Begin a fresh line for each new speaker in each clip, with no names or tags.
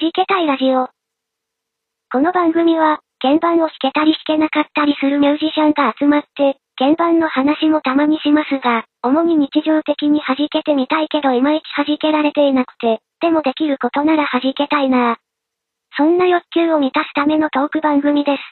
じけたいラジオ。この番組は、鍵盤を弾けたり弾けなかったりするミュージシャンが集まって、鍵盤の話もたまにしますが、主に日常的に弾けてみたいけどいまいち弾けられていなくて、でもできることなら弾けたいなぁ。そんな欲求を満たすためのトーク番組です。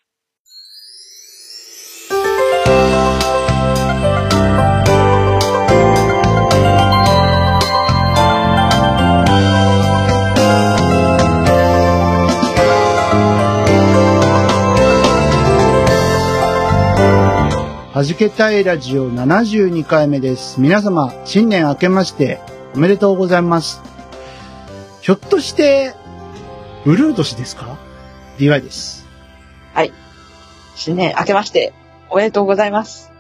はじけたいラジオ72回目です。皆様、新年明けまして、おめでとうございます。ひょっとして、ブルー年ですか ?DY です。
新年明けまして、おめでとうございます。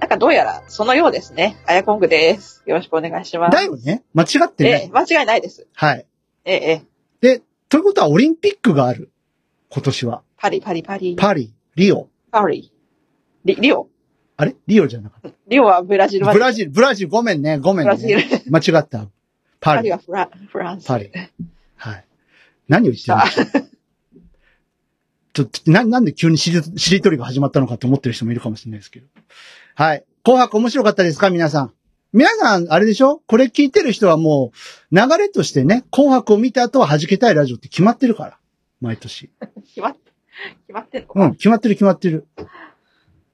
なんかどうやら、そのようですね。あやこんぐです。よろしくお願いします。
だよね間違ってな
ええ、
い。
間違いないです。
はい。
ええ、ええ、
で、ということはオリンピックがある。今年は。
パリパリパリ、
パリ、リオ。
パリ。リ、リオ
あれリオじゃなかっ
リオはブラジル
た。
は
ブラジル、ブラジル、ごめんね、ごめん
ブラジル
ね。。間違った。パ
パリ
リ、
はフラフランス。
パリ。はい。何を言ってるんですかちょっと、な、なんで急にしりしりとりが始まったのかって思ってる人もいるかもしれないですけど。はい。紅白面白かったですか皆さん。皆さん、あれでしょこれ聞いてる人はもう、流れとしてね、紅白を見た後は弾けたいラジオって決まってるから。毎年。
決まっ、決まってんのか
うん、決まってる決まってる。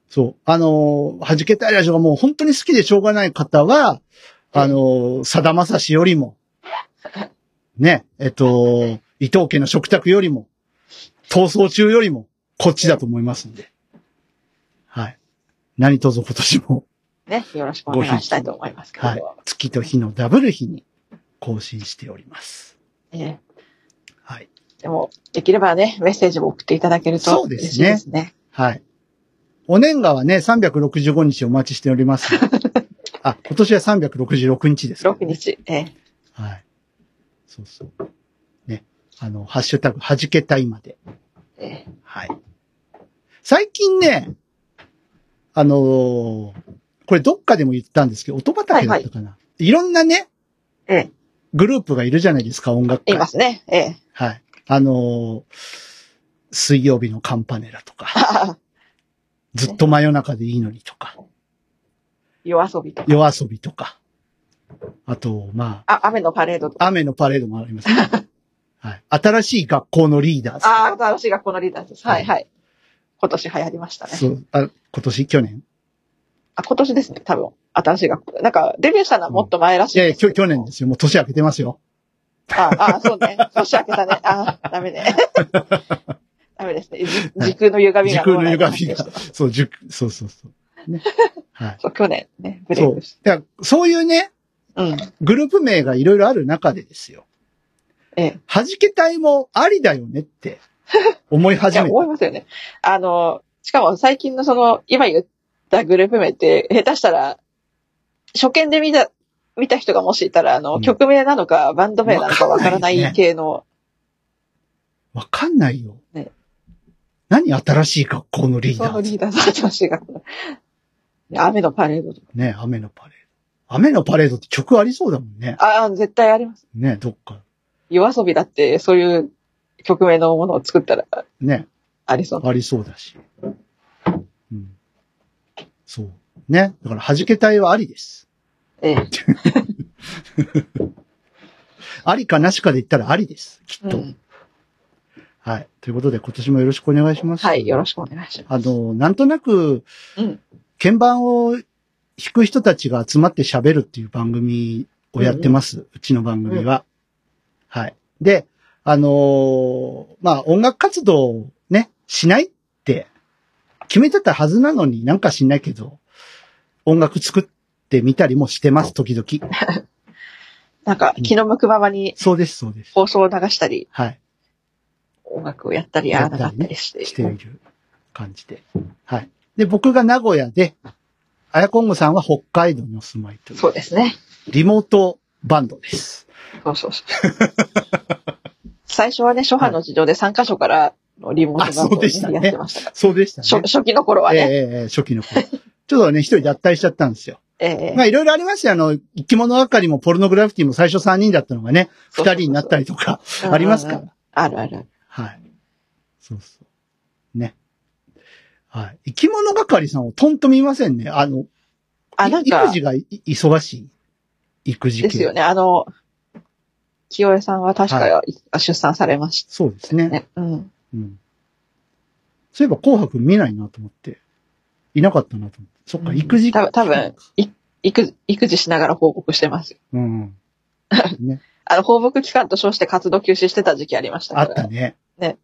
そう。あのー弾けたいラジオがもう本当に好きでしょうがない方は、あのーさだまさしよりも、ね、えっと、伊藤家の食卓よりも、逃走中よりも、こっちだと思いますんで。はい。何卒今年も、
ね、よろしくお願いしたいと思いますけど。
はい。月と日のダブル日に更新しております。
ええ
はい。
でも、できればね、メッセージも送っていただけると
そうで
嬉
す
しい
ね
ですね。
はい。お年賀はね、365日お待ちしており ます。あ、今年は366日です、
6。日。ええ
はい。そうそう。ね。あの、ハッシュタグ、弾けたいまで。
ええ
はい。最近ね、あのーこれどっかでも言ったんですけど、音畑だったかな。いろんなね、
ええ
グループがいるじゃないですか、音楽
言
界。
いますね。ええ
はい。あのー水曜日のカンパネラとか、 ずっと真夜中でいいのにとか。
夜遊びとか。
夜遊びとか。あと、ま
あ、雨のパレードとか。
あ、雨のパレードもあります、ね。 はい。新しい学校のリーダーズ。
ああ、新しい学校のリーダーです。は
はい
いはい。今年流行りましたね。
そう、あ、今年、去年
あ、今年ですね、多分。新しい学校。なんか、デビューしたのはもっと前らし
い
い
やい
で
や、
す
き
け
ょ
ど。
去年ですよ。もう年明けてますよ。
ああ、そうね。年明けたね。ああ、ダ メね。ダメですね。じ時空の歪み
時
が。
空の歪みが。そう、じゅ、そうそうそう。 ね。はい。
そう、去年ね、ブレ
そ
イ
う。
ク
い
し
や、そういうね、
た。うん。
グループ名がいろいろある中でですよ。
ええ。
弾け隊もありだよねって、思い
い
始
や、
め
思い
た。
ますよね。あの、しかも最近のその、今言ったグループ名って、下手したら、初見で見た、見た人がもしいたら、あの、
うん
曲名なのか、バンド名なのかわからな
わかんない
い
ね
系の、
わかんないよ。
ね
何新しい学校のリー
そ
ダ
の
ーズ
リーダーさんたちが、雨のパレードとか。
ね、雨のパレード。雨のパレードって曲ありそうだもんね。
ああ、絶対あります。
ね、どっか。
夜遊びだって、そういう曲名のものを作ったら、
ね、
ありそう。
ありそうだし。うん。そう。ね。だから、弾け隊はありです。
ええ。
ありかなしかで言ったらありです。きっ
う
と。
ん、
はい。ということで、今年もよろしくお願いします。
はい、よろ
しく。
しくお願いしま
あ
す。
の、なんとなく、
うん。
鍵盤を弾く人たちが集まって喋るっていう番組をやってます。うちの番組は。はい。で、あのーまあ、音楽活動をね、しないって決めてたはずなのになんかしないけど、音楽作ってみたりもしてます、時々。
なんか、気の向くままに
そうです、そうです。
放送を流したり、
はい。
音楽をやったりやらなかったりして。
している感じで。はい。で、僕が名古屋で、あやこんごさんは北海道にお住まいという。
そうですね。
リモートバンドです。
そうそうそう。最初はね、初版の事情で3カ所からのリモート
あそうでしたね
番組やってましたから。
そうでした
初
ね。
初期の頃は
ええ
ね。
ええええ初期の頃。ちょっとね、一人脱退しちゃったんですよ。
えええ
まあいろいろありますよ。あの、生き物係もポルノグラフィティも最初3人だったのがね、2
そうそうそう
人になったりとか、ありますか
うんうんうん
ら。
あるある。
はい。そうそう。ね。はい。生き物係さんをとんと見ませんね。あの、
あ、
い
なんか
育、児がい忙しい。育児系。
ですよね。あの、清江さんは確か、い出産されまし
そうです
た
ね。
ね。うん。
うん。そういえば紅白見ないなと思って。いなかったなと思って。そっか、
うん
育児。
多分多分。育育児しながら報告してます。
うん。ね。
あの、放牧期間と称して活動休止してた時期ありました
あ
か
っ
ら。
たね。
ね。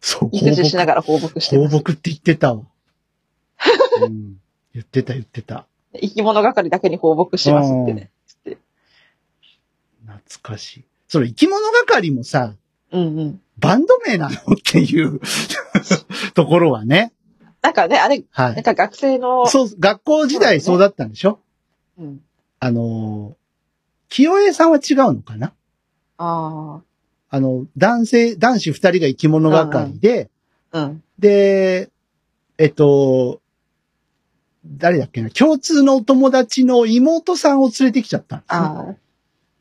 そう。
育児しながら放牧してま
放
す。
牧って言ってたわ。 うん。言ってた言ってた。
生き物係だけに放牧しますってね。
懐かしい。それ生き物係もさ、
うんうん。
バンド名なの っていうところはね。
なんかね、あれ、
は
なん
い。
か学生の、
そう、学校時代そうだったんでしょ
うん。
あのー、清江さんは違うのかな
あ
あの、男性、男子二人が生き物係で、
あ。うん。
で、えっと、誰だっけな、共通のお友達の妹さんを連れてきちゃったんですよ
ああ。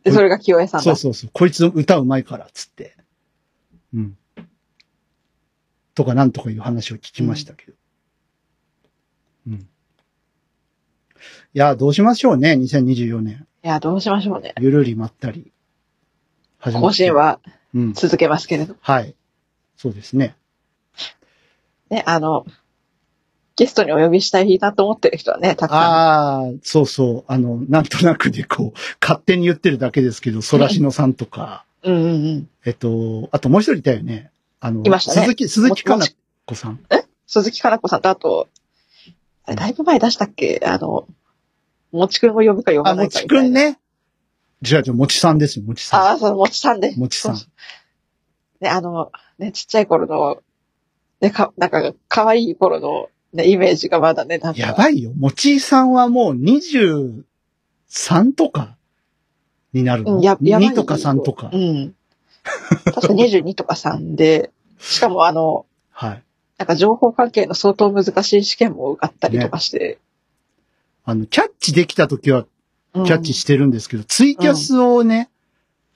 で、それが清江さん
そ
だ
う。そうそう。こいつ歌うまいから、つって。うん。とかなんとかいう話を聞きましたけど。うん。いや、どうしましょうね、2024年。
いや、どうしましょうね。
ゆるりまったり。始ま
更新。は
うん。
続けますけれど。
はい。そうですね。
ね、あの、ゲストにお呼びしたいなと思ってる人はね、たくさん。
ああ、そうそう。あの、なんとなくでこう、勝手に言ってるだけですけど、ソラシノさんとか、
うんうんうん。
えっと、あともう一人いたよね。あの、
いましたね
鈴木、鈴木かな
も
子さん。
鈴木かな子さんとあと、あれ、だいぶ前出したっけあの、もちくんを呼ぶか呼ば
あ、
な
も
いか
ち
みた
く
い
ん
な。
ね。じゃあ、じゃあ、もちさんですよ、もちさ
ああ、そう、もちさんね。
ん。もちさん。
そうね、あの、ね、ちっちゃい頃の、ね、か、なんか、可愛い頃の、ね、イメージがまだね、なんか。
やばいよ。もちさんはもう23とかになる
う
の、
ん、や、やばい。
?2 とか3とか。
うん。確か22とか3で、しかもあの、
はい。
なんか情報関係の相当難しい試験も受かったりとかして。
あの、キャッチできた時は
うん
キャッチしてるんですけど、ツイキャスをね、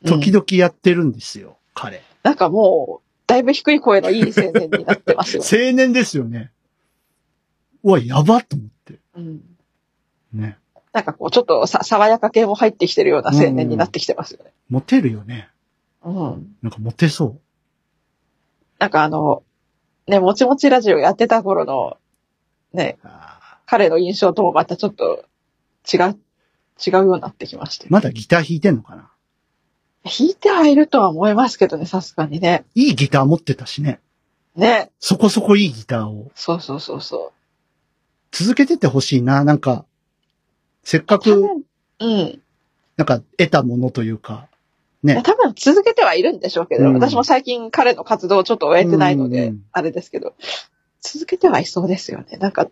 うん
時々やってるんですよ、彼。
なんかもう、だいぶ低い声のいい青年になってますよ。
青年ですよね。うわ、やばっと思って。
うん、
ね。
なんかこう、ちょっとさ爽やか系も入ってきてるような青年になってきてますよね。
モテるよね。
うん。
なんかモテそう。
なんかあの、ね、もちもちラジオやってた頃の、ね、
あ
彼の印象ともまたちょっと違う、違うようになってきまし
ー。
て
まだギター弾いてんのかな
弾いてはいるとは思いますけどね、さすがにね。
いいギター持ってたしね。
ね。
そこそこいいギターを
そうそうそうそ
続けててほしいな。なんか、せっか
う。多
く、
分、うん。
なんか得たものというか、ね。
多分続けてはいるんでしょうけど、
うん
私も最近彼の活動をちょっと終えてないの
う
で
ん、
あれですけど、続けてはいそうですよね。なんか、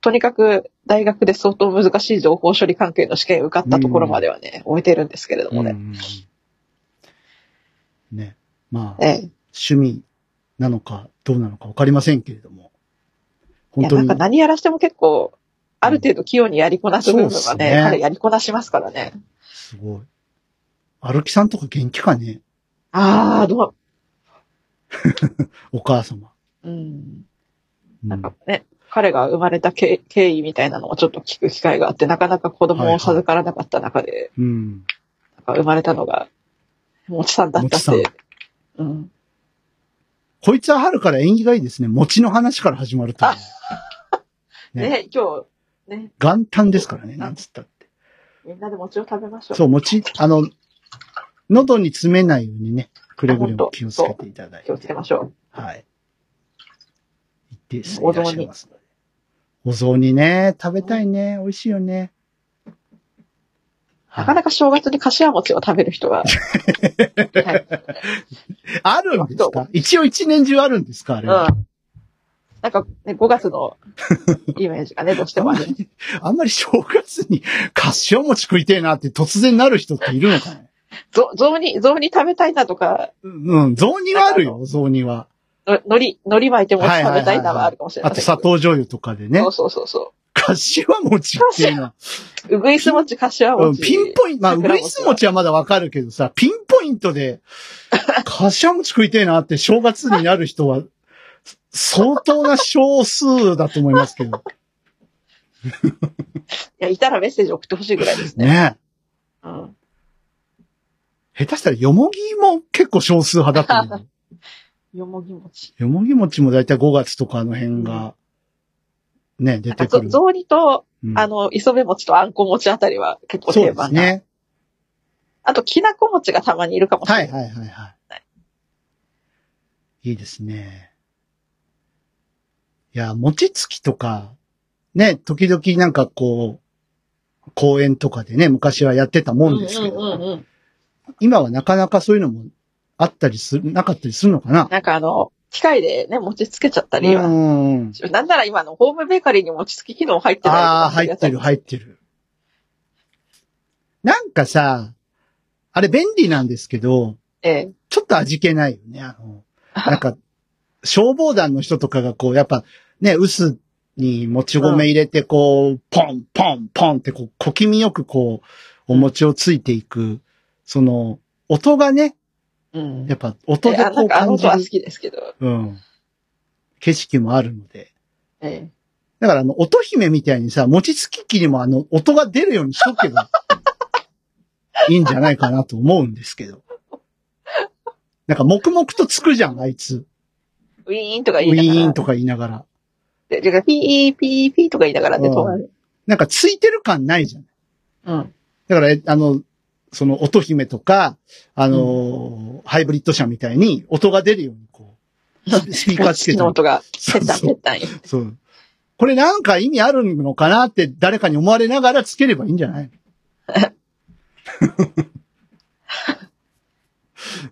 とにかく大学で相当難しい情報処理関係の試験受かったところまではね、終えてるんですけれども
う
ね。
んね。まあ、
ええ。
趣味なのかどうなのかわかりませんけれども。
い
本
や
当
なん
に
か。何やらしても結構、ある程度器用にやりこなす部分
そう
は
っす
ね、
ね
彼やりこなしますからね。
すごい。歩きさんとか元気かね
ああ、ど
お母様。
う、うん。
うん
なんかね、彼が生まれた経経緯みたいなのをちょっと聞く機会があって、なかなか子供を授からなかった中で、
うん。
なんか生まれたのが、もちさんだった
も
っ
ちさん
て。うん。
こいつは春から縁起がいいですね。餅の話から始まるという。ね
ね今日、ね、
元旦ですからね、なんつったって。
みんなで餅を食べましょう。
そう、餅、あの、喉に詰めないようにね、くれぐれも気をつけていただい
気
て
を。つけましょ
はい。一定数
お
い
雑
らっ
煮
しゃいますので。お雑煮ね、食べたいね、美味しいよね。
う。な
は
か
い
なか正月に柏餅を食べる 人は、はい、
あるんですか一応一年中あるんですかあ
うん。
れは。
なんか、ね、5月の イメージがね、どうしてもある。
あんまり正月に、 カッシオ餅食いてえなって突然なる人っているのかね
ぞ雑煮、雑煮食べたいなとか、
うん、雑煮はあるよ、雑煮は。
の海苔、海苔巻いて餅食べた
は
いな
いはいはいはい
はあるかもしれな
あ
い
と砂糖醤油とかでね
そ。うそうそうそう。
カ柏餅っていうのは、
うぐいす餅、柏
うん
餅。
ピンポイント、まあ、う
桜
ぐ
餅
いす餅はまだわかるけどさ、ピンポイント で、柏餅食いてえなって正月になる人は、相当な少数だと思いますけ ど。
いや、いたらメッセージ送ってほしいぐらいですね。
ね
うん。
え。下手したら、よもぎも結構少数派だと思う。
よもぎ餅。
よもぎ餅もだいたい5月とかあの辺が、ね、出
なんか
て
ぞ
くる。
雑煮と、
うん
あの、磯辺餅とあんこ餅あたりは結構
そう
定
です
番な。
ね。
あと、きなこ餅がたまにいるかもしれ
は
ないい。
はいはいはい。いいですね。いや、餅つきとか、ね、時々なんかこう、公園とかでね、昔はやってたもんですけど、
うんうんうんうん。
今はなかなかそういうのもあったりする、なかったりするのかな。
なんかあの、機械でね、餅つけちゃった
う
りは。
ん。
なんなら今あの、ホームベーカリーに餅つき機能入ってない
ああ、入ってる、
っ
入ってる。なんかさ、あれ便利なんですけど、
てる。ええ。
ちょっと味気ないよね。あの、なんか、消防団の人とかがこう、やっぱ、ね、薄にもち米入れて、こう、ポン、ポン、ポンって、こう、小気味よくこう、お餅をついていく、その、音がね、
うん。
やっぱ、音で
えあな
こ
ん
う
かあの
感
音
じ
は好
る、
きですけど。
うん、景色もあるので。
ええ。
だから、あの、音姫みたいにさ、餅つき機にもあの、音が出るようにしとけば、 いいんじゃないかなと思うんですけど。なんか、黙々とつくじゃん、あいつ。
ウィーンとか
ウ
言いなが
ィ
ら。
ーンとか言いながら。
で、てかピーピーピーとか言いながらね、
うん
止まる。
なんかついてる感ないじゃん。
うん。
だから、えあの、その音姫とか、あのーハイブリッド車みたいに音が出るようにこう、ススピーカーつけ
餅つき
て
の
る。
音が、
そ
ぺ
う
ったん
そ
ぺっ
う
たんよ。
そう。これなんか意味あるのかなって誰かに思われながらつければいいんじゃない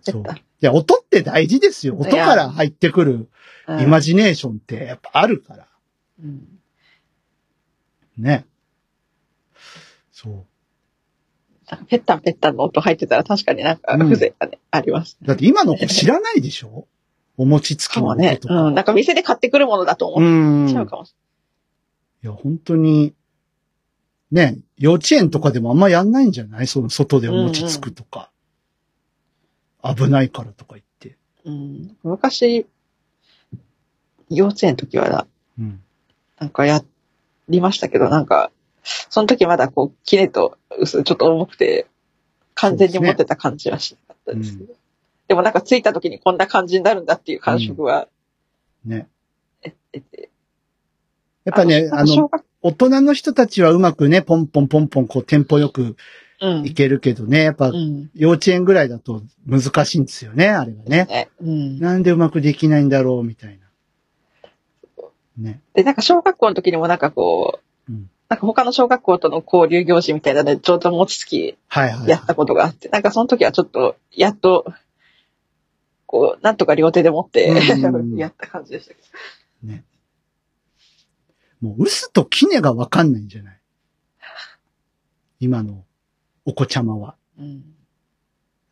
そう。いや、音って大事ですよ。音から入ってくる
うん
イマジネーションってやっぱあるから。
うん
ね。そう。
なんかぺったんぺったんの音入ってたら確かになんか
うん
風情がね、あります。
だって今の子知らないでしょお餅つき
か
の
も
音
ね。
と
う
か。
ん。なんか店で買ってくるものだと
う
思っ
ん。い
ちゃう
や、
かもし
本当に、ね、幼稚園とかでもあんまやんないんじゃないその外でお餅つくとか。危ないからとか言って。
れない。うん。昔、幼稚園の時はな、
うん。
なんかやりましたけど、なんか、その時まだこう、キネと薄、ちょっと重くて、完全に持ってた感じはしなかったですけど。でもなんか着いた時にこんな感じになるんだっていう感触は
ね。
得てて。
やっぱね、
あ
あ
の、小
の、
学
大人の人たちはうまくね、ポンポンポンポン、こう、テンポよく
うん
いけるけどね、やっぱ
う、ん。
幼稚園ぐらいだと難しいんですよね、あれがね。
ね。うん。
なんでうまくできないんだろう、みたいな。ね。
で、なんか小学校の時にもなんかこう、
うん
なんか他の小学校との交流行事みたいなので、ちょうど餅つき
はいはいはい。
やったことがあって、なんかその時はちょっと、やっと、こう、なんとか両手で持って、
うん
やった感じでしたけど。
もう、薄とキネがわかんないんじゃない今のお子ちゃまは。
うん。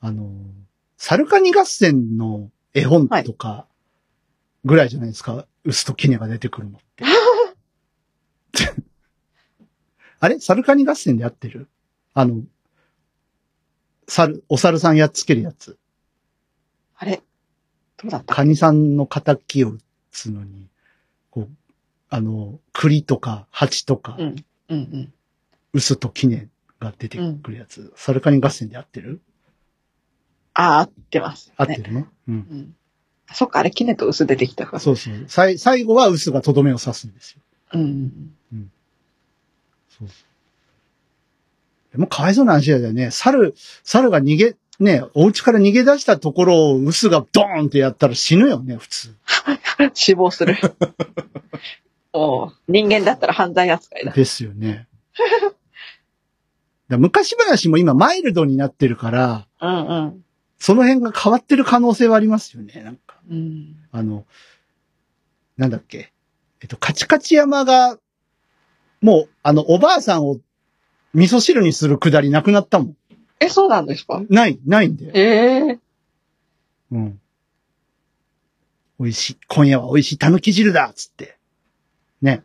あの、サルカニ合戦の絵本とかぐらいじゃないですか。薄とキネが出てくるのって。あれサルカニ合戦でやってるあの、猿、お猿さんやっつけるやつ。
あれどうだった
カニさんの仇を打つのに、こう、あの、栗とか蜂とか、
うん。うんうん。
薄とキネが出てくるやつ、サルカニ合戦で合ってる
ああ、合ってます、ね。
合ってるね。うん。
うん。そっか、あれ、キネと薄出てきたから。
そうそう。さい最後は薄がとどめを刺すんですよ。
うんうん。
そうでもかわいそうな話だよね。猿、猿が逃げ、ね、お家から逃げ出したところを薄がドーンってやったら死ぬよね、普通。
うん。 死亡する。おう人間だったら犯罪扱いだ。
ですよね。だ昔話も今マイルドになってるから、
うんうん。
その辺が変わってる可能性はありますよね、なんか。
うん。
あの、なんだっけ。えっと、カチカチ山が、もう、あの、おばあさんを味噌汁にするくだりなくなったもん。
え、そうなんですか
ない、ないんで。
ええ
うん。美味しい。今夜は美味しい狸汁だっつって。ね。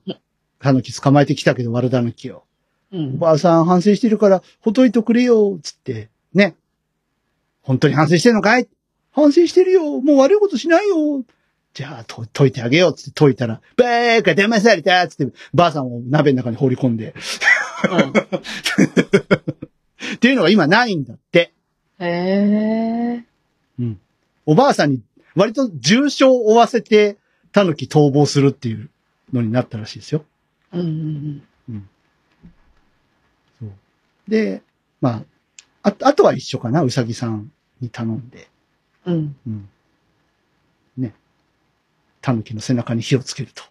タヌキ捕まえてきたけど、悪タヌキを。
うん
お。ばあさん反省してるから、ほといとくれよ、つって、ね。本当に反省してんのかい反省してるよ、もう悪いことしないよ。じゃあ、と、解いてあげよう、つって解いたら、ばーか、騙された、つって、ばあさんを鍋の中に放り込んで。っていうのが今ないんだって。
へえ。
おばあさんに割と重傷を負わせて、タヌキ逃亡するっていうのになったらしいですよ。
うんうん
で、まあ、あ、あとは一緒かな、うさぎさんに頼んで、
うん。うん。
うん。ね。タヌキの背中に火をつけると。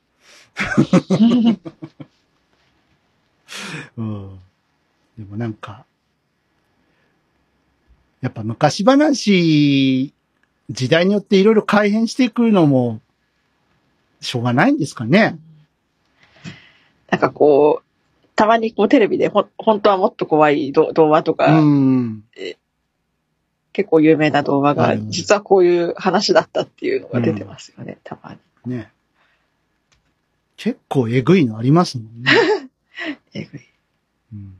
うん。でもなんか、やっぱ昔話、時代によっていろいろ改変していくのも、しょうがないんですかね。
なんかこう、たまにこうテレビでほん、本当はもっと怖いど動画と
う
か、
ん。
結構有名な動画
あ
が、
る
実はこういう話だったっていうのが出てますよね、たまに。
ね。結構えぐいのありますもんね。
えぐい。
うん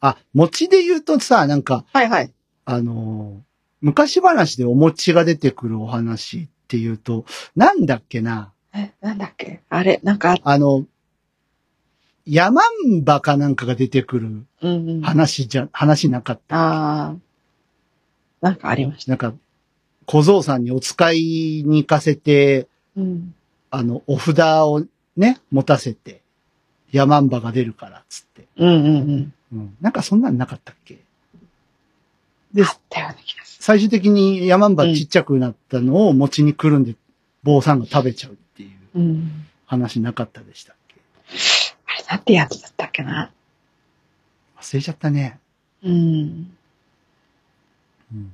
あ、餅で言うとさ、なんか、
はいはい。
あのー昔話でお餅が出てくるお話っていうと、なんだっけな、
え、なんだっけあれ、なんか、
あの、ヤマンバかなんかが出てくる
うんうん。あ
話じゃ、話なかった。
あー。なんかありました。
なんか、小僧さんにお使いに行かせて、
うん。
あの、お札をね、持たせて、ヤマンバが出るから、つって。
うんうんうん。
うん。なんかそんなんなかったっけで
あ、ったような気がす
最終的にヤマンバ
うん
ちっちゃくなったのを餅にくるんで、坊さんが食べちゃうっていう
る。うん。
話なかったでしたっけ
あれ、なんてやつだったっけな
忘れちゃったね。
うん。
うん。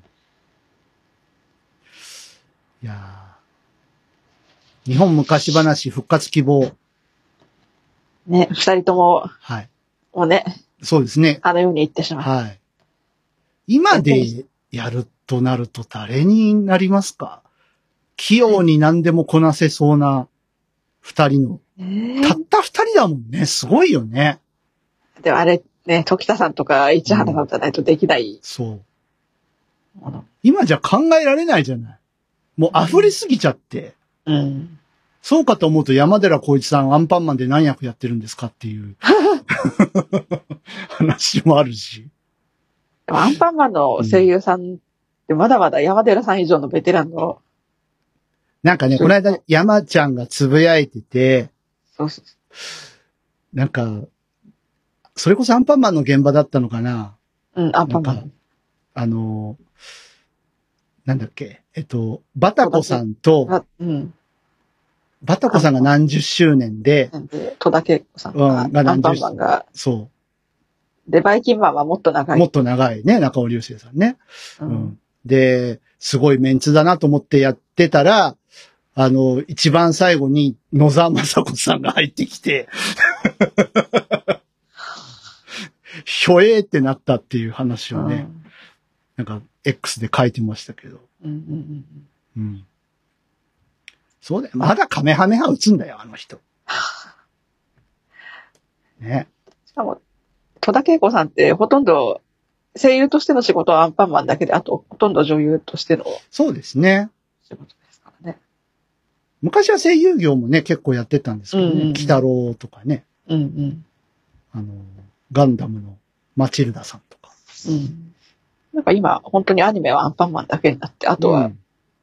いやー日本昔話復活希望。
ね、二人とも、
はい。
もうね、
そうですね。
あの世に行ってしまった。
はい。今でやるとなると誰になりますか器用に何でもこなせそうな二人の。
え
たっ
ー、
た二人だもんね。すごいよね。
でもあれ、ね、時田さんとか市原さんじゃないとできない
そう。
もの。
今じゃ考えられないじゃない。もう溢れすぎちゃって。
うん。
そうかと思うと山寺宏一さんアンパンマンで何役やってるんですかっていう 話もあるし。
でもアンパンマンの声優さんってまだまだ山寺さん以上のベテランの、
なんかね、この間山ちゃんがつぶやいてて、
そうそうそ
なんか、それこそアンパンマンの現場だったのかな
う。うん、アンパンマ
なん
ン。
あの、なんだっけえっと、バタコさんと、
あうん。
バタコさんが何十周年で、
なんで、戸田恵子さん
う
が、
んが
アンパンマンが、
そ
で、バイキンマンはもっと長
う、
い。
もっと長いね、中尾流星さんね。
う
うんん。で、すごいメンツだなと思ってやってたら、あの、一番最後に野沢雅子さんが入ってきて、 ひょえーってなったっていう話をね、なんか X で書いてましたけど。
うんうんうんうん。
うん。そうだよ。まだカメハメハ打つんだよ、あの人。ね。
しかも、戸田恵子さんってほとんど声優としての仕事はアンパンマンだけで、あとほとんど女優としての
そうですね。
仕事ですからね。
昔は声優業もね、結構やってたんですけどね。
うんうんうん
鬼太郎とかね。
うんうん。
あの、ガンダムのマチルダさんとか。
うん。なんか今、本当にアニメはアンパンマンだけになって、あ
あ
とは、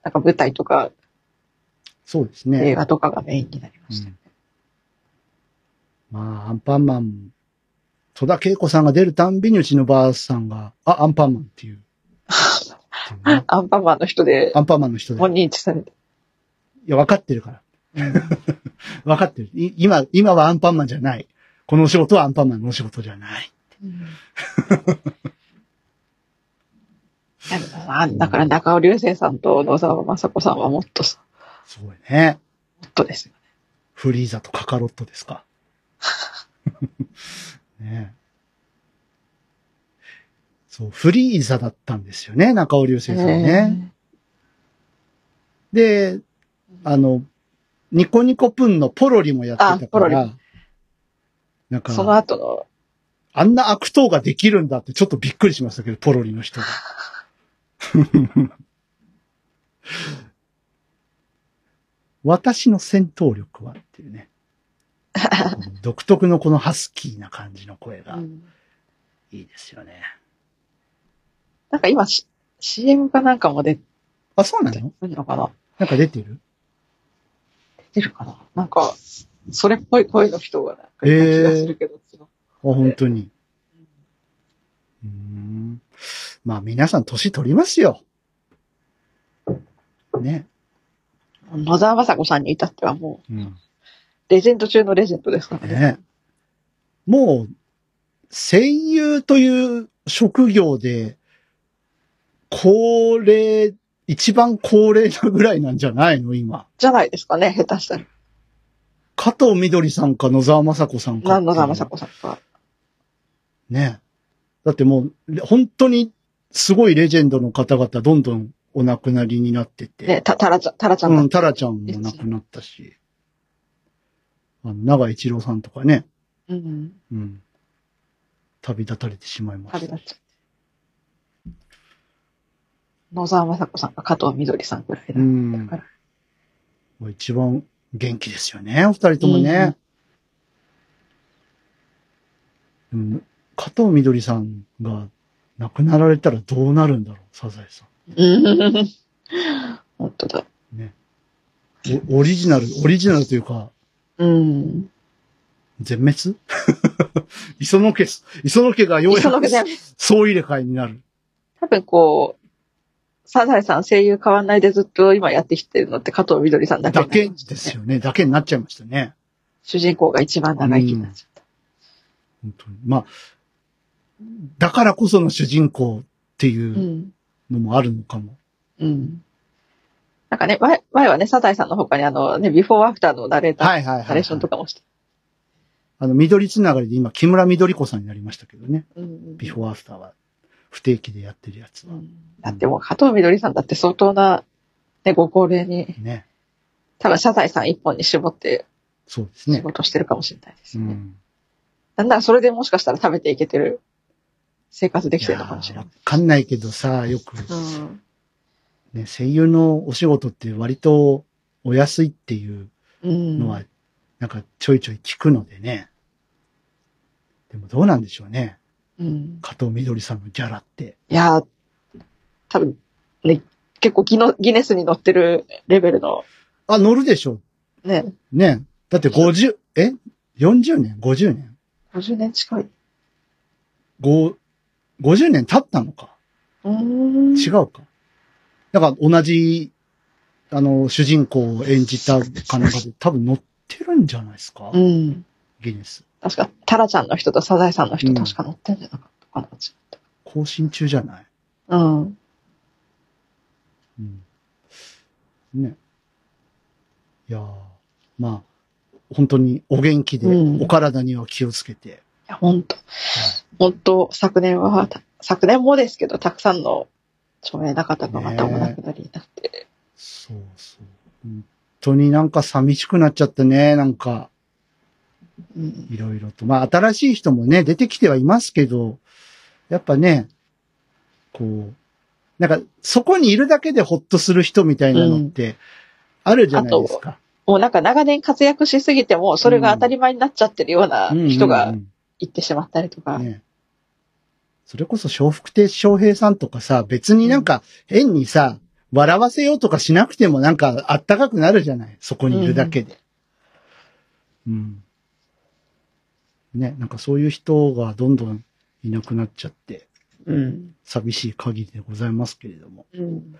なんか舞台とか
そうです
映
ね。
画とかがメインになりましたよね。
まあ、アンパンマン、戸田恵子さんが出るたんびにうちのばあさんが、あ、アンパンマンって いう。っていうね
アンパンマンの人で、
アンパンマンの人で。
もう
い
認知されて。
や、分かってるから。 分かってる。い今、今はアンパンマンじゃない。このお仕事はアンパンマンのお仕事じゃない。
でもあだから中尾流星さんと野沢雅子さんはもっとさ、
すごいね。
もっとですよ。
フリーザとカカロットです か。ねえそう、フリーザだったんですよね、中尾流星さんね。で、あの、ニコニコプンのポロリもやってた
あポ
か
ロ
ら
リ、
なん
その
か、
後の、
あんな悪党ができるんだってちょっとびっくりしましたけど、ポロリの人が。 私の戦闘力はっていう ね。独特のこのハスキーな感じの声が
うん
いいですよね。
なんか今し、CM かなんかも出て
あ、そうなの
るのかな
なんか出てる
出てるかななんか、それっぽい声の人がなんかいた気がするけど、その
あ、本当に。うーん。まあ皆さん年取りますよ。ね。
野沢雅子さんに至ってはもう、
うん。
レジェンド中のレジェンドですからね。
ね。もう、声優という職業で、高齢、一番高齢なぐらいなんじゃないの今。
じゃないですかね、下手したら。
加藤みどりさんか野沢雅子さんかっていう。
野沢雅子さんか。
ね。だってもう、本当にすごいレジェンドの方々どんどんお亡くなりになってて。
ね、た、たらちゃん、たらちゃんだ
うん、タラちゃんも亡くなったし。あの、長井一郎さんとかね。
うん。
うん。旅立たれてしまいま
旅
し
立
た
っ。ちゃって。野沢雅子さんか加藤みどりさんぐらいだ
う。ん。もう一番元気ですよね、お二人ともね。でも加藤みどりさんが亡くなられたらどうなるんだろう、サザエさ
うん。本当だ。
ん。ね。おオリジナル、オリジナルというか、
うん。
全滅 磯野家す、磯野家がよう
磯
や
野
く
家全滅
総入れ替えになる。
多分こう、サザエさん声優変わんないでずっと今やってきてるのって加藤みどりさんだけ
だ
になり
け
ました
で
ね
すよね。だけになっちゃいましたね。
主人公が一番長生きになっちゃっ
本当に。まあ、だからこその主人公ってい
た。う。
うんのもあるのかも。
うん。なんかね、前前はね、サザエさんの他にあのね、ビフォーアフターのナレーター、
はいはいはい、
ナレーションとかもして。
あの、緑つながりで今、木村緑子さんになりましたけどね。
うん
ビフォーアフターは、不定期でやってるやつは。
だってもう加藤みどりさんだって相当な、ね、ご高齢に、
ね。
多分サザエさん一本に絞って
そうです
仕
ね。
事してるかもしれないです
う
ね。
ん。
なんならそれでもしかしたら食べていけてる、生活で
で
きてるのかもしれない
わ。かんないけどさ、よく、
うん
ね、声優のお仕事って割とお安いっていう
うん
のは、なんかちょいちょい聞くのでね。でもどうなんでしょうね。
うん
加藤みどりさんのギャラって。
いやー、多分ね、結構ギノギネスに乗ってるレベルの、
あ、乗るでしょ
ね、
う。ね。だって50、え ?40 年 ?50 年
50年近い。
ご50年経ったのか。
うーん
違うか。だから同じ、あの、主人公を演じたかなんかで多分乗ってるんじゃないですか、
うん。
ギネス。
確か、タラちゃんの人とサザエさんの
う
人
ん
確か乗ってんじゃなかったかな、違った
更新中じゃない
うん。
うん。ね。いやーまあ、本当にお元気で、
うん
お体には気をつけて。
いや、ほんと。ほんと、昨年は、た昨年もですけど、たくさんの著名な方がまたお亡くなりになって、
そうそう。本当になんか寂しくなっちゃったね、なんか、
うん。
いろいろと。まあ、新しい人もね、出てきてはいますけど、やっぱね、こう、なんか、そこにいるだけでほっとする人みたいなのって、あるじゃないですか。
もうなんか長年活躍しすぎても、それが当たり前になっちゃってるような
うんうんうん
人が行ってしまったりとか。
ね。それこそ、笑福亭笑平さんとかさ、別になんか、変にさ、笑わせようとかしなくてもなんか、あったかくなるじゃないそこにいるだけで。うん。ね、なんかそういう人がどんどんいなくなっちゃって、
うん。
寂しい限りでございますけれども。
うん。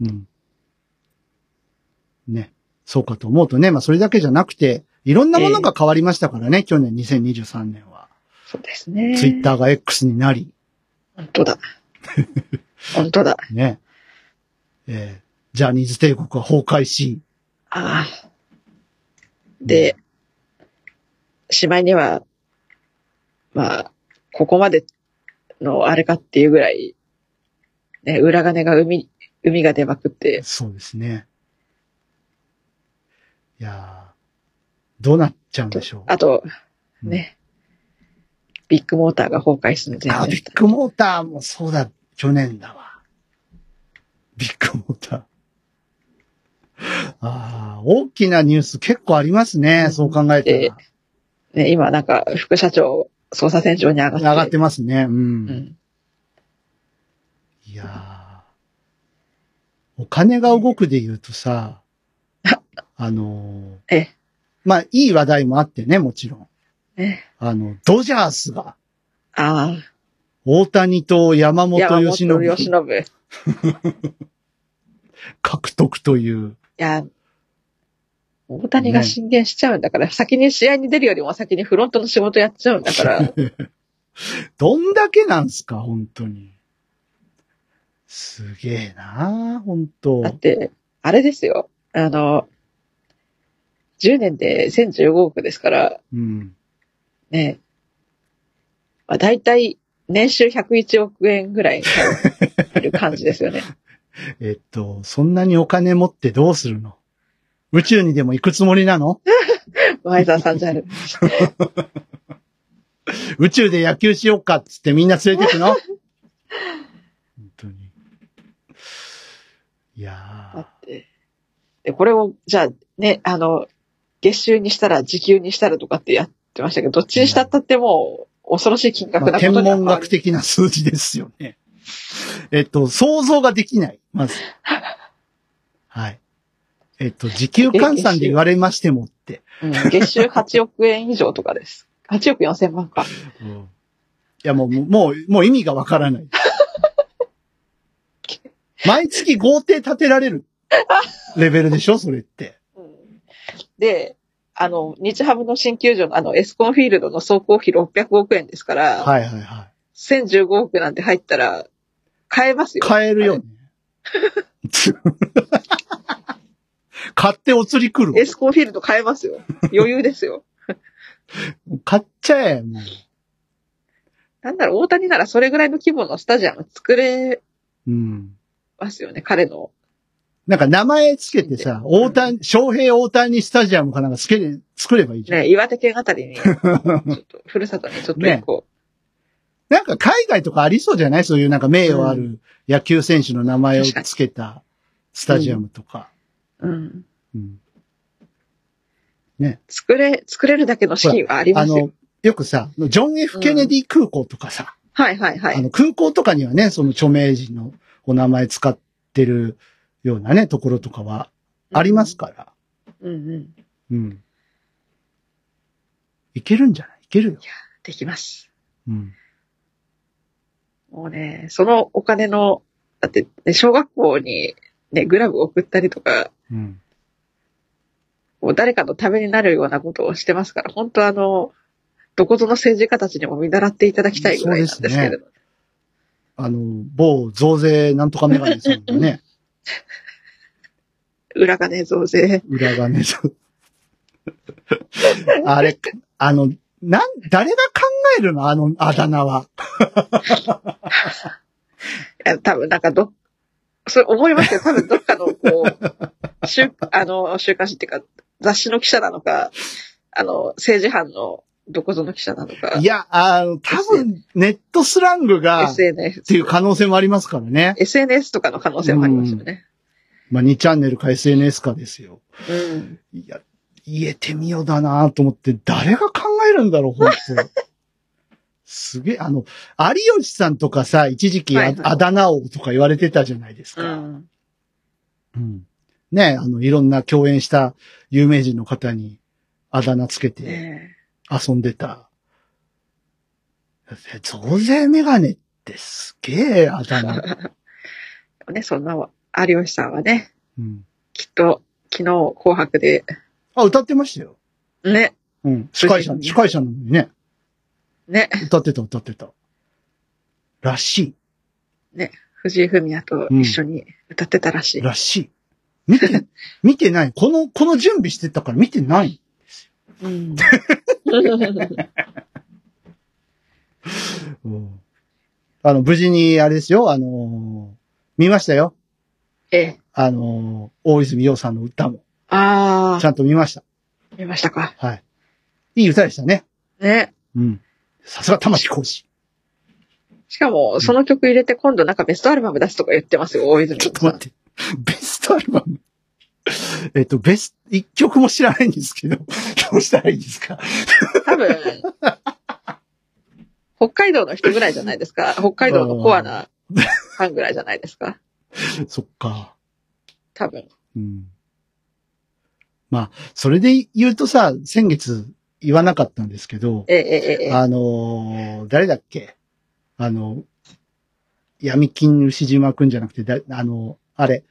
うん。ね。そうかと思うとね、まあそれだけじゃなくて、いろんなものが変わりましたからね、去年2023年は。
そうですね。
ツイッターが X になり、
本 当だ。本当だ。
ね。えージャニーズ帝国は崩壊し、
ああ。で、しまいには、まあ、ここまでのあれかっていうぐらい、ね、裏金が海、海が出まくって、
そうですね。いやーどうなっちゃうんでしょう。
あと、
うん
ね、ビッグモーターが崩壊寸前
あ、
で
ビ
し
ッ
た。
グモーターもそうだ、去年だわ。ビッグモーター。ああ、大きなニュース結構ありますね。そう考えて
で。ね、今なんか副社長、捜査線上に上がって
上がってますね。うん。
うん。
いやーお金が動くで言うと さ、あのー
ええ
まあ、いい話題もあってね、もちろん。
ね、
あの、ドジャースが、
あ
大谷と山
あ、
本
山
由
本
伸
由伸。い
獲得という。
や、大谷が進言しちゃうんだから、先に試合に出るよりも先にフロントの仕事やっちゃうんだ から、
どんだけなんすか、本当に。すげえな本当
だって、あれですよ。あの、10年で1015億ですから、
うん。
ね、まあ、大体年収101億円ぐらいある感じですよね。
えっと、そんなにお金持ってどうするの宇宙にでも行くつもりなの
前澤さんじゃある。
宇宙で野球しようかっつってみんな連れてくの本当に。い
だっ
や
て。で、これを、じゃあ、ね、あの、月収にしたら、時給にしたらとかってやってましたけど、どっちにしたったってもう、恐ろしい金
ー、
額
ま
な
あ、
こと
天
には変
文
わら
学的な数字ですよね。えっと、想像ができない、まず。はい。えっと、時給換算で言われましてもって。
ないうん、月収8億円以上とかです。8億4千万か。
いや、もう、もう、もう意味がわからない。毎月豪邸建てられるレベルでしょそれって。
うんで、あの、日ハムの新球場のあの、エスコンフィールドの総工費600億円ですから、
はいはいはい。
1015億なんて入ったら、買えますよ。
買えるよね。買ってお釣り来
エ
る。
スコンフィールド買えますよ。余裕ですよ。
買っちゃえ、も
なんなら大谷ならそれぐらいの規模のスタジアム作れ
う。うん。
ますよね、彼の
なんか名前つけてさ、大谷、翔平大谷スタジアムかなんかつけれ、作ればいいじゃん。
ね、岩手県あた りに、ちょっと、ふるさとにちょっと行こ
なんか海外とかありそうじゃないそういうなんか名誉ある野球選手の名前をつけたスタジアムとか。
う。うん。
うん。
作れ、作れるだけの資金はありま
あ
すよ。
の、よくさ、ジョン・ F ・ケネディ空港とかさ、
はいはいは
あ
い。
の空港とかにはね、その著名人のお名前使ってるようなね、ところとかはありますから。
うんうん。
うん。いけるんじゃないいけるよ。
できます。
うん。
もうね、そのお金の、だって、ね、小学校にね、グラブ送ったりとか、
うん。
もう誰かのためになるようなことをしてますから、本当あの、どこぞの政治家たちにも見習っていただきたいぐらいなんですけれど。
あの、某増税なんとかメガネさんの ね、
裏金増税。
裏金さん。 あれ、あの、なん、誰が考えるのあの、あだ名は。
いや、多分なんかど、それ思いますよ。多分どっかの、こ う、週、あの、週刊誌っていうか、雑誌の記者なのか、あの、政治犯のどこぞの記者なのか
い、や、あの、多分、ネットスラングが、っ
SNS、
ていう可能性もありますからね。
SNS とかの可能性もありますよね。
まあ、2チャンネルか SNS かですよ。
うん。
いや、言えてみようだなと思って、誰が考えるんだろう、本当すげえ、あの、有吉さんとかさ、一時期あ,、
はいはい
あだ名王とか言われてたじゃないです
う
か。
ん。
うんねえあの、いろんな共演した有名人の方にあだ名つけて
ね
遊んでた。増税メガネってすげえあだ名。
え。ね、そんな、有吉さんはね、
うん。
きっと、昨日、紅白で、
あ、歌ってましたよ。
ね、
うん。司会者、司会者なのにね。
ね、
歌ってた、歌ってた。らし
藤井文也と一緒に歌ってたらし
い。
い。
らしい。見て、 見てない。この、この準備してたから見てない。
うん。
うん。あの、無事に、あれですよ、あのー見ましたよ。
ええ。
あのー大泉洋さんの歌も。
あ
ち
あ、
ゃんと見ました。
見ましたか。
はい。いい歌でしたね。
ね。
うん。さすが魂講師。
しかも、その曲入れて今度なんかベストアルバム出すとか言ってますよ、大泉
ちょっと待って。ベストアルバム。えっと、ベスト、一曲も知らないんですけど、どうしたらいいですか
て。多分、北海道の人ぐらいじゃないですか。北海道のコアなファンぐらいじゃないですか。
そっか。
多分。
うん。まあ、それで言うとさ、先月言わなかったんですけど、
ええええええ。
あのー誰だっけあの、闇金牛島くんじゃなくて、だあのあれ、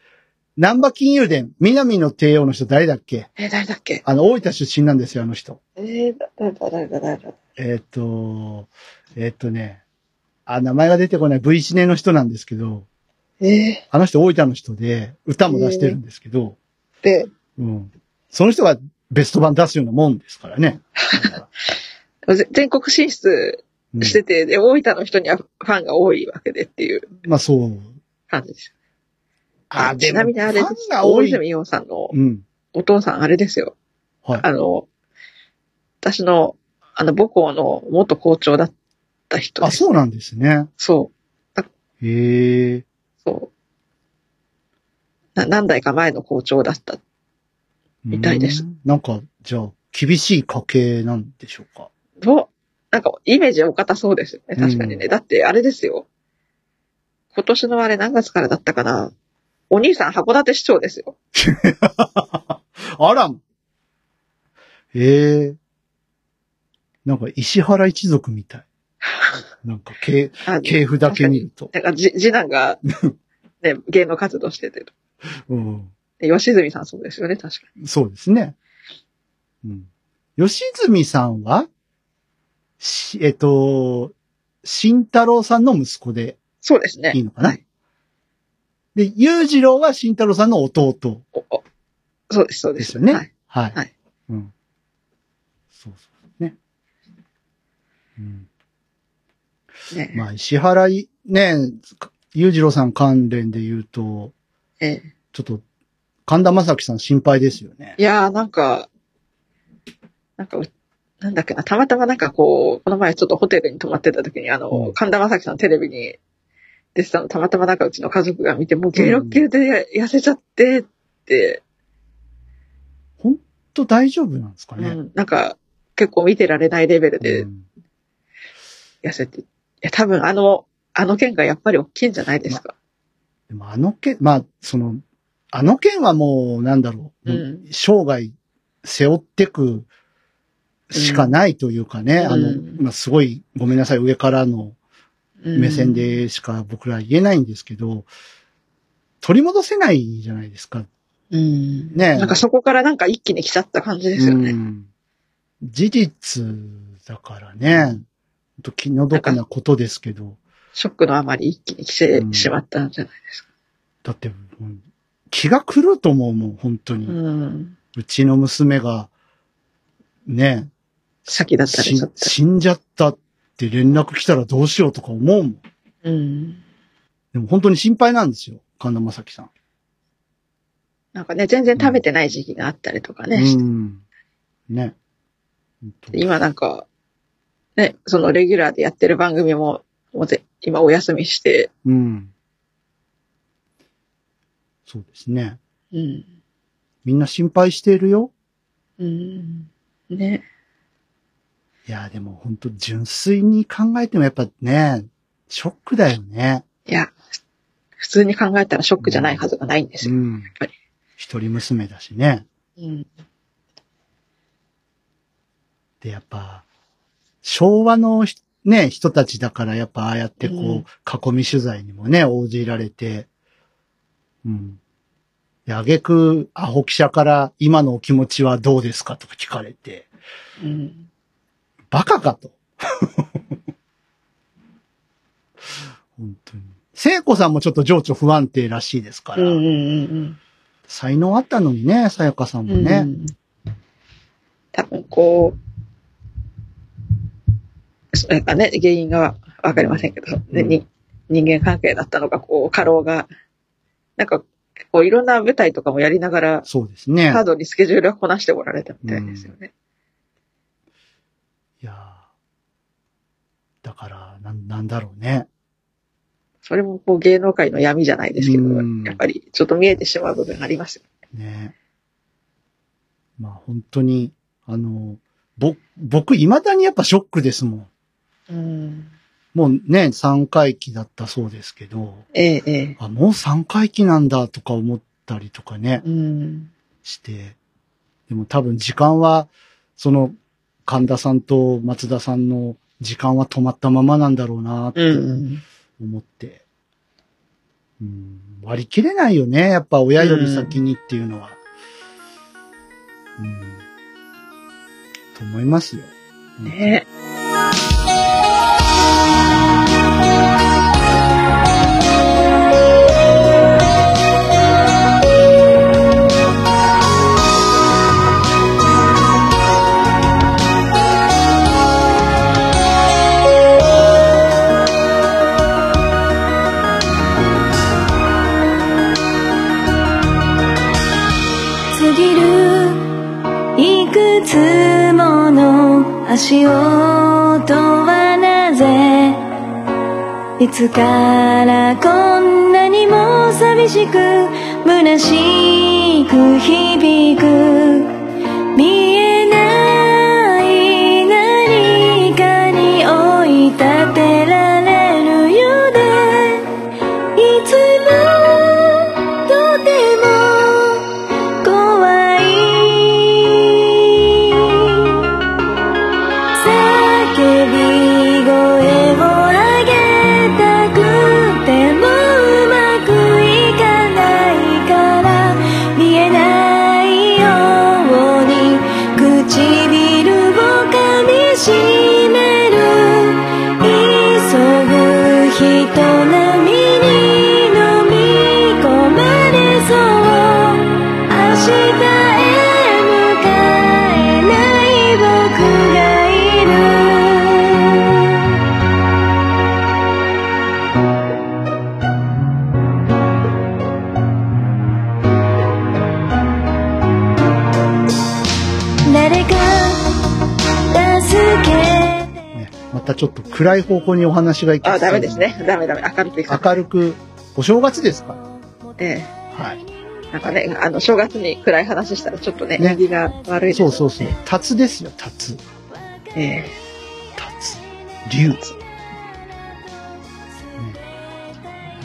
南波金融伝、南の帝王の人誰だっけ
え、誰だっけ
あの、大分出身なんですよ、あの人。
えー、だ誰だ誰だ誰だ
えっ、と、えっ、とね、あ、名前が出てこない V シネの人なんですけど、
ええ
あの人大分の人で、歌も出してるんですけど、
で、
うん。その人がベスト版出すようなもんですからね。
ぜ全国進出
うん
してて、で、大分の人にはファンが多いわけでっていう
まあそう。
感じです。
あ、で
ちなみにあれ
フ
で
ァン
す。
が多
大
い。
泉洋さんの
うん。
お父さん、あれですよ。
はい。
あの、私の、あの、母校の元校長だった人
あ、
です。
そうなんですね。
そう。
へえ。
そう。な何代か前の校長だった。みたいです
うん。なんか、じゃあ、厳しい家系なんでしょうか。
どうなんか、イメージお堅そうですよね。確かにね。だって、あれですよ。今年のあれ何月からだったかな。お兄さん、函館市長です よ。
あらへえ。なんか、石原一族みたい。なんか、系、
あ
系譜だけ見ると。
なんかじ、次 男が、ね、芸能活動しててと。
うん。
で吉住さんそうですよね、確かに。
そうですね。うん。吉住さんは、し、えっと、慎太郎さんの息子で
そうですね。
いいのかな
はい
で、裕次郎は慎太郎さんの弟
おおそうです、そうで。
ですすよね。
は
はいい。。
はい
うん。そうそう。ね。うん。
ね
まあ、石原い、ね、裕次郎さん関連で言うと、
ええ
ちょっと、神田正輝さん心配ですよね
い。やー、なんか、なんか、うなんだっけな、たまたまなんかこう、この前ちょっとホテルに泊まってた時に、あの、
うん
神田正輝さんテレビに出てたの、たまたまなんかうちの家族が見て、もうゲロッゲロで痩せちゃってって、
本当大丈夫なんですか
う
ね。
んなんか結構見てられないレベル
う
で
ん
痩せて、いや、多分あの、あの件がやっぱり大きいんじゃないですか。
でもあの件、まあ、その、あの件はもう、なんだろう、
うん
生涯背負ってくしかないというかね、
うん
あ
う
の、
ん
まあ、すごい、ごめんなさい、上からの
うん
目線。でしか僕ら言えないんですけど、取り戻せないじゃないですか。
うん。
ねえ
なんかそこからなんか一気に来ちゃった感じですよね。
うん事実だからね、ほんと気の毒なことですけど、
ショックのあまり一気に来て
うん
しまったんじゃないですか。
だって、うん気が狂うと思うもん、本当に。う
うん。
ちの娘が、ね、
先だったり
し
ちょっと。
死んじゃったって連絡来たらどうしようとか思うもん。
うん。
でも本当に心配なんですよ。神田正輝さん。
なんかね、全然食べてない時期があったりとかね。して
うん。ね。本当
今なんか、ね、そのレギュラーでやってる番組も、もうぜ今お休みして、
うん。そうですね。
うん。
みんな心配しているよ。
うん。ね。
いや、でも本当純粋に考えてもやっぱね、ショックだよね。
いや、普通に考えたらショックじゃないはずがないんです
う
よ。
ん
ぱり。
一人娘だしね。
うん。
で、やっぱ、昭和のひね、人たちだから、やっぱああやってこう、
うん
囲み取材にもね、応じられて、うん。で、あげく、アホ記者から、今のお気持ちはどうですかとか聞かれて、
うん。
バカかと。 本当に。聖子さんもちょっと情緒不安定らしいですか
うんう
ら、
んうん
才能あったのにね、さやかさん
う
も
ん。う
ね。
ん。多分こう、それがね、原因がわかりませんけど、ね
うん
に人間関係だったのか、こう、過労が、なんか、こう、いろんな舞台とかもやりながら、
そうですね。
ハードにスケジュールをこなしておられたみたいですよね。
いやーから、なんなんだろうね。
それもこう芸能界の闇じゃないですけど
うん、
やっぱりちょっと見えてしまう部分がありますよ。
ね。まあ本当に、あの、ぼ、僕、未だにやっぱショックですもん。
うん。
もうね、3回忌だったそうですけど、
ええ、ええ。
あ、もう3回忌なんだとか思ったりとかね、
うん。
して。でも多分時間は、その、神田さんと松田さんの時間は止まったままなんだろうなって
うん。
思って。うん、割り切れないよね。やっぱ親より先にっていうのは。うん。と思いますよ。
ね
過ぎるいくつもの足音はなぜいつからこんなにも寂しく虚しく響く見えない何かに追い立てられるようでいつもとても怖い叫び声を上げたくてもうまくいかないから見えないように唇を噛みしめる急ぐ人並みに飲み込まれそう明日へ向かえない僕がいる誰か助けて
ねまたちょっと暗い方向にお話がいき
あ、ダメです。ね。ダメダメ。明るくいかない
明るく、お正月ですか
え
ら。はい。
え。なんかね、あの、正月に暗い話したらちょっとね、
ね
縁起が悪いです
そ
よ
う
ね
そうそう。タツですよ、タツ。
ええ。
タツ。竜。ね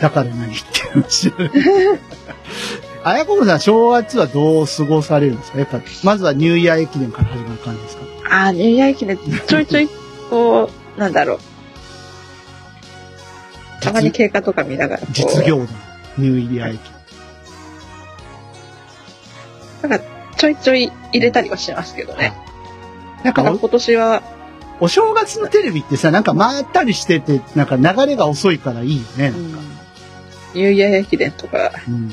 だから何って話。あやここさん、正月はどう過ごされるんですかやっぱ、まずはニューイヤー駅伝から始まる感じですか
ああ、ニューイヤー駅伝、ちょいちょい、こう、なんだろう。たまに経過とか見ながらこう。
実業団、ニューイヤー駅
ちょいちょい入れたりはしますけどね。
伝。なん
ただ
か
今年は、
お、お正月のテレビってさ、なんかまったりしてて、なんか流れが遅いからいいよね
う。んニューイヤー駅伝とか、
うん。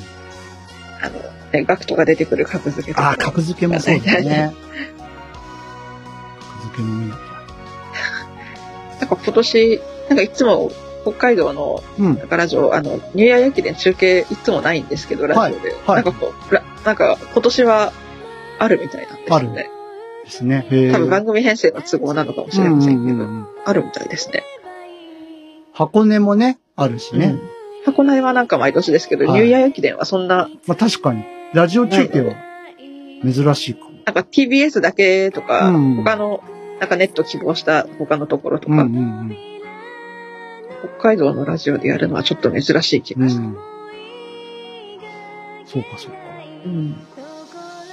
あの、ね、額とか出てくる格付けと
あ
か
あ、。格付けもそうだ ね。格付けも見なきゃ。
なんか今年、なんかいつも北海道の
うん。
ラジオ、あの、ニューイヤー駅伝中継いつもないんですけど、ラジオで。
はい
なんかこう、らなんか今年はあるみたいなんですよね。
ですね。へえ
多分番組編成の都合なのかもしれませんけ
うんう
ど、
んうんうん
あるみたいですね。
箱根もね、あるしね。
うん箱根はなんか毎年ですけど、
はい
ニューイヤー駅伝はそんな、
まあ確かに、ラジオ中継は珍しいかも。
なんか TBS だけとか、
うん
他の、なんかネット希望した他のところと
う
か、
んうん
北海道のラジオでやるのはちょっと珍しい気
うん。う
がする。
ん。そうかそうか。
うん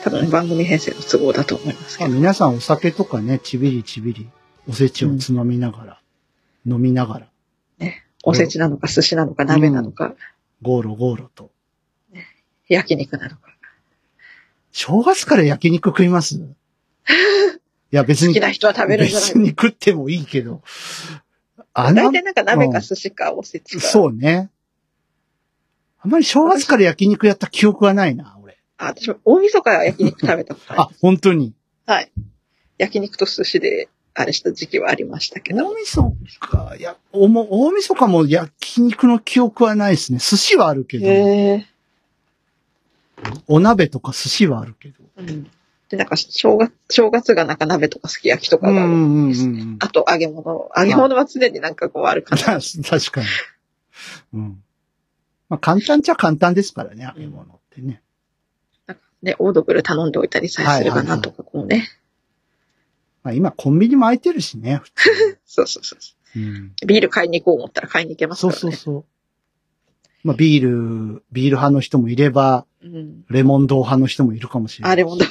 多分番組編成の都合だと思いますけ
まあ
ど。
皆さんお酒とかね、ちびりちびり、おせちをつまみながら、飲みながら、
おせちなのか寿司なのか鍋なのか、
ゴーロゴーロと。
焼肉なのか。
正月から焼肉食い ますいや別
好
に
き、な人は食べるんじゃない
別に食ってもいいけど。あ
大
の
体なんか鍋か寿司かおせちか。
そうね。あまり正月から焼肉やった記憶はないな、俺。
あ、私も大晦日は焼肉食べたことあ
あ、本当に。
る。はい。焼肉と寿司で、あれした時期はありましたけど。
大晦日、いや、おも、大晦日も焼肉の記憶はないですね。寿司はあるけど、
へえ。
お鍋とか寿司はあるけど、
うん。で、なんか、正月、正月がなんか鍋とかすき焼きとか
う
がある。
んうんうんうん。
あと、揚げ物。揚げ物は常になんかこうある感じ。
確かに。うん。まあ、簡単っちゃ簡単ですからね、揚げ物ってね。
ね、オードブル頼んでおいたりさえすれば
はいはいは
ないんとかこうね。
まあ、今、コンビニも空いてるしね、普通
そうそうそうそ
に。うん。
う。ビール買いに行こう思ったら買いに行けます
そ
か
う
らね。
そうそう。まあ、ビール、ビール派の人もいれば、
うん。
レモンド派の人もいるかもしれない。
あれもだ。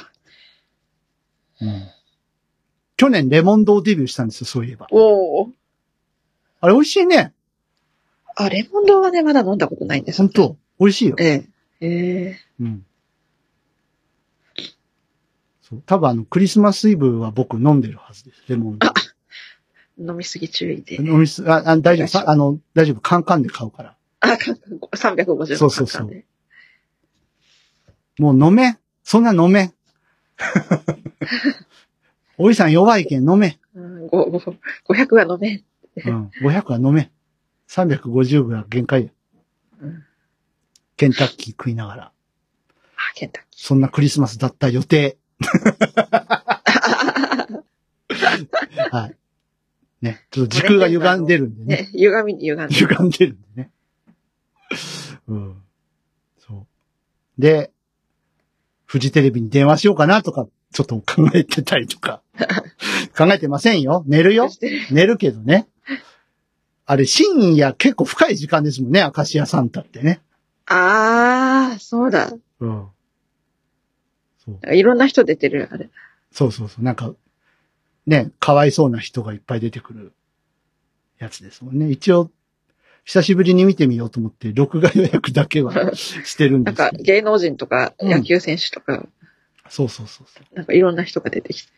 うん。去年、レモンドデビューしたんですよ、そういえば。
おお。
あれ、美味しいね。
あ、レモン丼はね、まだ飲んだことないんですよ
本当美味しいよ。
ええ。ええ。
うん。そう。多分、あの、クリスマスイブは僕飲んでるはずです、レ モンド
あ。飲みすぎ注意で。
飲みす、あ、あ大丈夫
大丈夫
さ、あの、大丈夫、カンカンで買うから。
あ、か350の
そうそうそう
カンカンで
もう飲め。そんな飲 め。おじさん弱いけん飲め。
うん、ごご500は飲めん。
うん。500は飲め。350が限界や。
うん
ケンタッキー食いながら。
あ、ケンタッキ
そんなクリスマスだった予定。
ー。
はい。ね。ちょっと時空が歪んでるんでね。
ね、歪みに歪んでる。
歪んでるんでね。うん。そう。で、フジテレビに電話しようかなとか、ちょっと考えてたりとか。考えてませんよ。寝るよ。寝るけどね。あれ、深夜結構深い時間ですもんね、アカシアサンタってね。
ああ、そうだ。
うん。そう。
いろんな人出てる、あれ。
そうそうそう。なんか、ね、かわいそうな人がいっぱい出てくるやつですもんね。一応、久しぶりに見てみようと思って、録画予約だけは してるんで
なん
す
か
けど。
芸能人とか
うん
野球選手とか、
そうそうそうそ
なんかいろんな人が出てきて。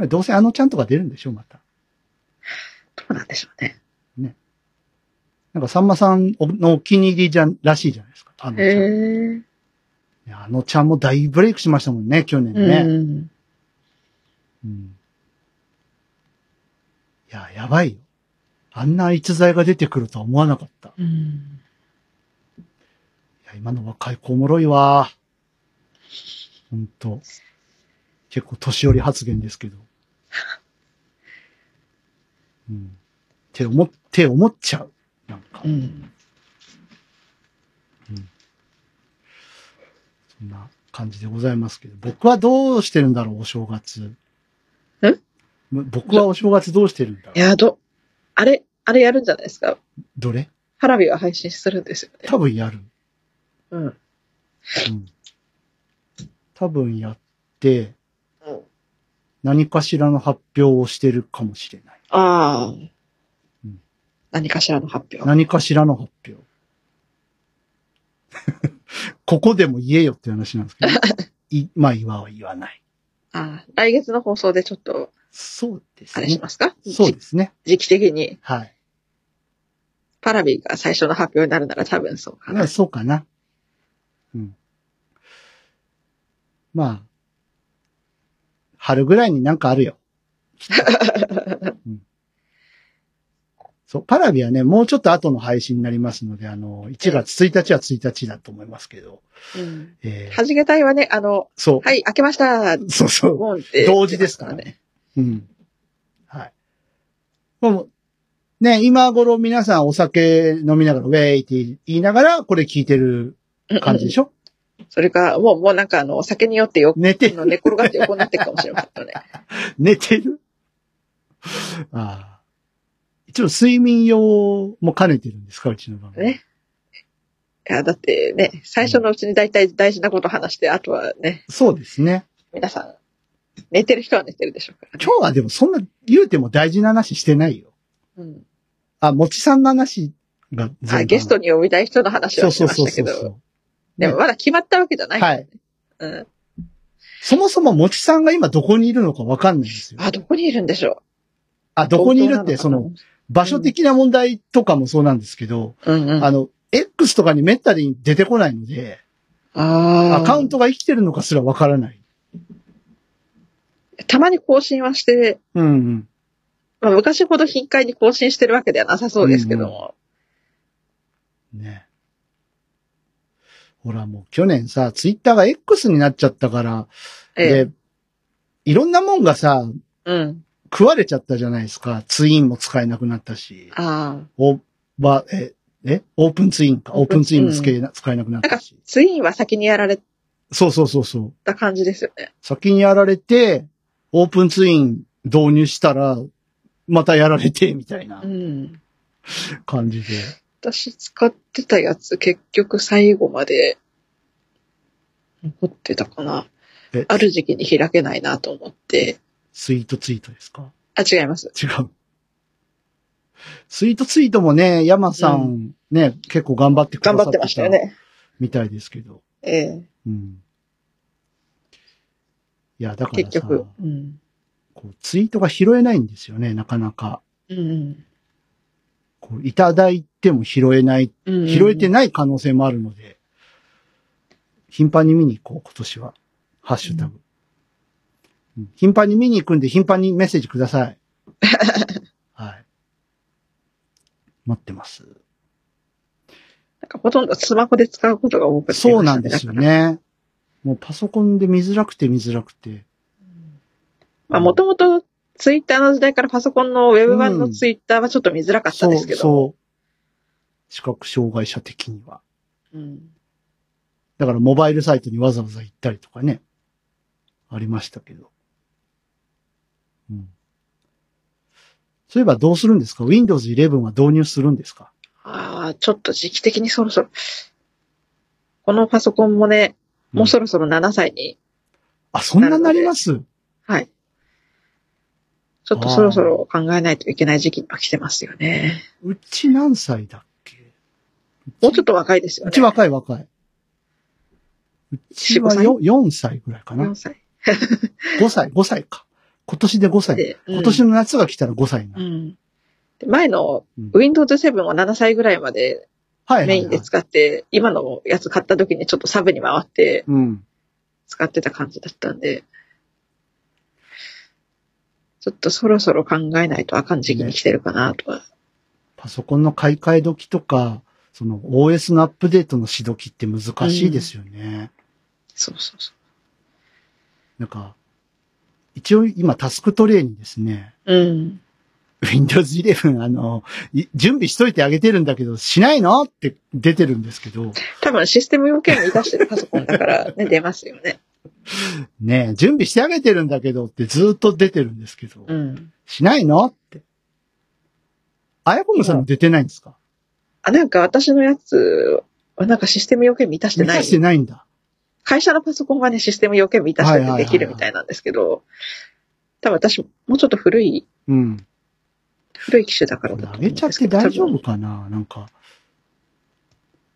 う。どうせあのちゃんとか出るんでしょ、また。
どうなんでしょうね。
なんかさんまさんのお気に入りじゃんらしいじゃないですか。あのちゃん。
へえ
ねあのちゃんも大ブレイクしましたもんね、去年ね。
うん。
うんいや、やばいよ。あんな逸材が出てくるとは思わなかった。い
うん。
や、今の若い子おもろいわ。ほんと。結構年寄り発言ですけど。うん。って思っ、って思っちゃう。なんか
う、ん。
そんな感じでございますけど。僕はどうしてるんだろう、お正月。
え
僕はお正月どうしてるんだ
い
ろう。
や、ど、あれ、あれやるんじゃないですか。
どれ
花火は配信するんですよね。
多分やる。
うん。
うん多分やって、
うん
何かしらの発表をしてるかもしれない。
ああ
うん。
何かしらの発表。
何かしらの発 表。ここでも言えよって話なんですけ ど、いまあ言わは言わない。
ああ、来月の放送でちょっと、
そうです
あれし
ね。
ますか
そうですね。
じ時期的に、
はい。
パラビが最初の発表になるなら多分そうか
ま
な
あ。そうかな。うん。まあ、春ぐらいになんかある よ。うんそう、パラビはね、もうちょっと後の配信になりますので、あの、1月1日は1日だと思いますけど、
うん。
えー
はじけたいはね、あの、
そう、
はい、開けました
そうそう、
ボンって。
同時ですからね。うん。はい。もう、ね、今頃皆さんお酒飲みながら、ウェイって言いながら、これ聞いてる
うん。
感じでしょ、
それか、もう、もうなんかあの、酒によってよ、
寝て
あの寝転がって横になってるかもしれなかっ たね。
寝てるああ。一応睡眠用も兼ねてるんですかうちの番組。
ね。いや、だってね、最初のうちに大体大事なこと話して、あとはね、
そうですね。
皆さん、寝てる人は寝てるでしょうからね。
今日はでもそんな言うても大事な話してないよ。
うん。
あ、もちさんの話が全
あ、ゲストに呼びたい人の話
そう
はし
そう
ま
そ
し
う
たけど、
そう。
でもまだ決まったわけじゃない。
はい。
うん。
そもそももちさんが今どこにいるのかわかんないんですよ。
あ、どこにいるんでしょ
あ、
う。
どこにいるっ
東
て、そ
京な
の
か
場所的な問題とかもそうなんですけど、
な。うんうん。
あの、X とかにめったに出てこないので、
あ
ア
ー
カウントが生きてるのかすらわからない。
たまに更新はして、
うんうん。
まあ、昔ほど頻回に更新してるわけではなさそうですけども。
ね。ほらもう去年さ、ツイッターが X になっちゃったから、
ええ。
で、いろんなもんがさ、
うん。
食われちゃったじゃないですか。ツインも使えなくなったし、
ああ。
オーバー、え、えオープンツインか。オープンツインも使えな使えなくなっ
なん
た
か
し。、
ツインは先にやられ
そうそうそうそう。
た感じですよね。
先にやられて、オープンツイン導入したら、またやられて、みたいな
うん。
感じで。
私使ってたやつ、結局最後まで残ってたかな。
え、
ある時期に開けないなと思って。
スイートツイートですか
あ、違います。
違う。スイートツイートもね、ヤマさん、
う
ね、結構頑張ってくださ
頑
っ
張っててましたよね。
みたいですけど。
ええ。
うん。いや、だからさ
結局。うん。
こう、ツイートが拾えないんですよね、なかなか。
うん
こういただいても拾えない、
うん。
拾えて
な
ない可能性もあるので、頻繁に見に行こう、今年は。ハッシュタグ。うん頻繁に見に行くんで、頻繁にメッセージくださ い。はい。待ってます。
なんかほとんどスマホで使うことが多くて、
そうなんですよ。ね。もうパソコンで見づらくて見づらくて。
まあ、もともとツイッターの時代からパソコンのウェブ版のツイッターはちょっと見づらかった
そ
で
う
すけど。
そう。視覚障害者的には。
うん
だからモバイルサイトにわざわざ行ったりとかね。ありましたけど。うん。そういえばどうするんですか ?Windows 11は導入するんですか
ああ、ちょっと時期的にそろそろ。このパソコンもね、もうそろそろ7歳に、
あ、そんなになります
はい。ちょっとそろそろ考えないといけない時期には来てますよね。
うち何歳だっけ
もうちょっと若いですよね。
うち若い若い。うちは
4
4, 4歳ぐらいかな
4。歳。
5歳、5歳か。今年で5歳。
で、うん
今年の夏が来たら5歳にな
う
る。
ん。で前の
うんはい
Windows 7は7歳ぐらいまで
はいはい。
メインで使って、今のやつ買った時にちょっとサブに回って
うん。
使ってた感じだったんで、ちょっとそろそろ考えないとあかん時期に来てるかなとは。
パソコンの買い替え時とか、その OS のアップデートのし時って難しいですよね。
そうそうそ
なんか、一応今タスクトレイにですね、
う。うん。
Windows 11あの、い準備しといてあげてるんだけど、しないのって出てるんですけど、
多分システム要件を満たしてるパソコンだからね、出ますよね。
ねえ準備してあげてるんだけどってずっと出てるんですけど、
うん。
しないのって。あやこむさんも出てないんですか
あ、なんか私のやつはなんかシステム要件満たして
満
な
た
い
し。てないんだ。
会社のパソコンはね、システム要件満たしててできるみたいなんですけど、多分私、もうちょっと古い、
うん。
古い機種だからだ
投
と思う
げ
ん
ちゃ
で
っ
すけ
て
ど。
大丈
多
夫
分
かななんか、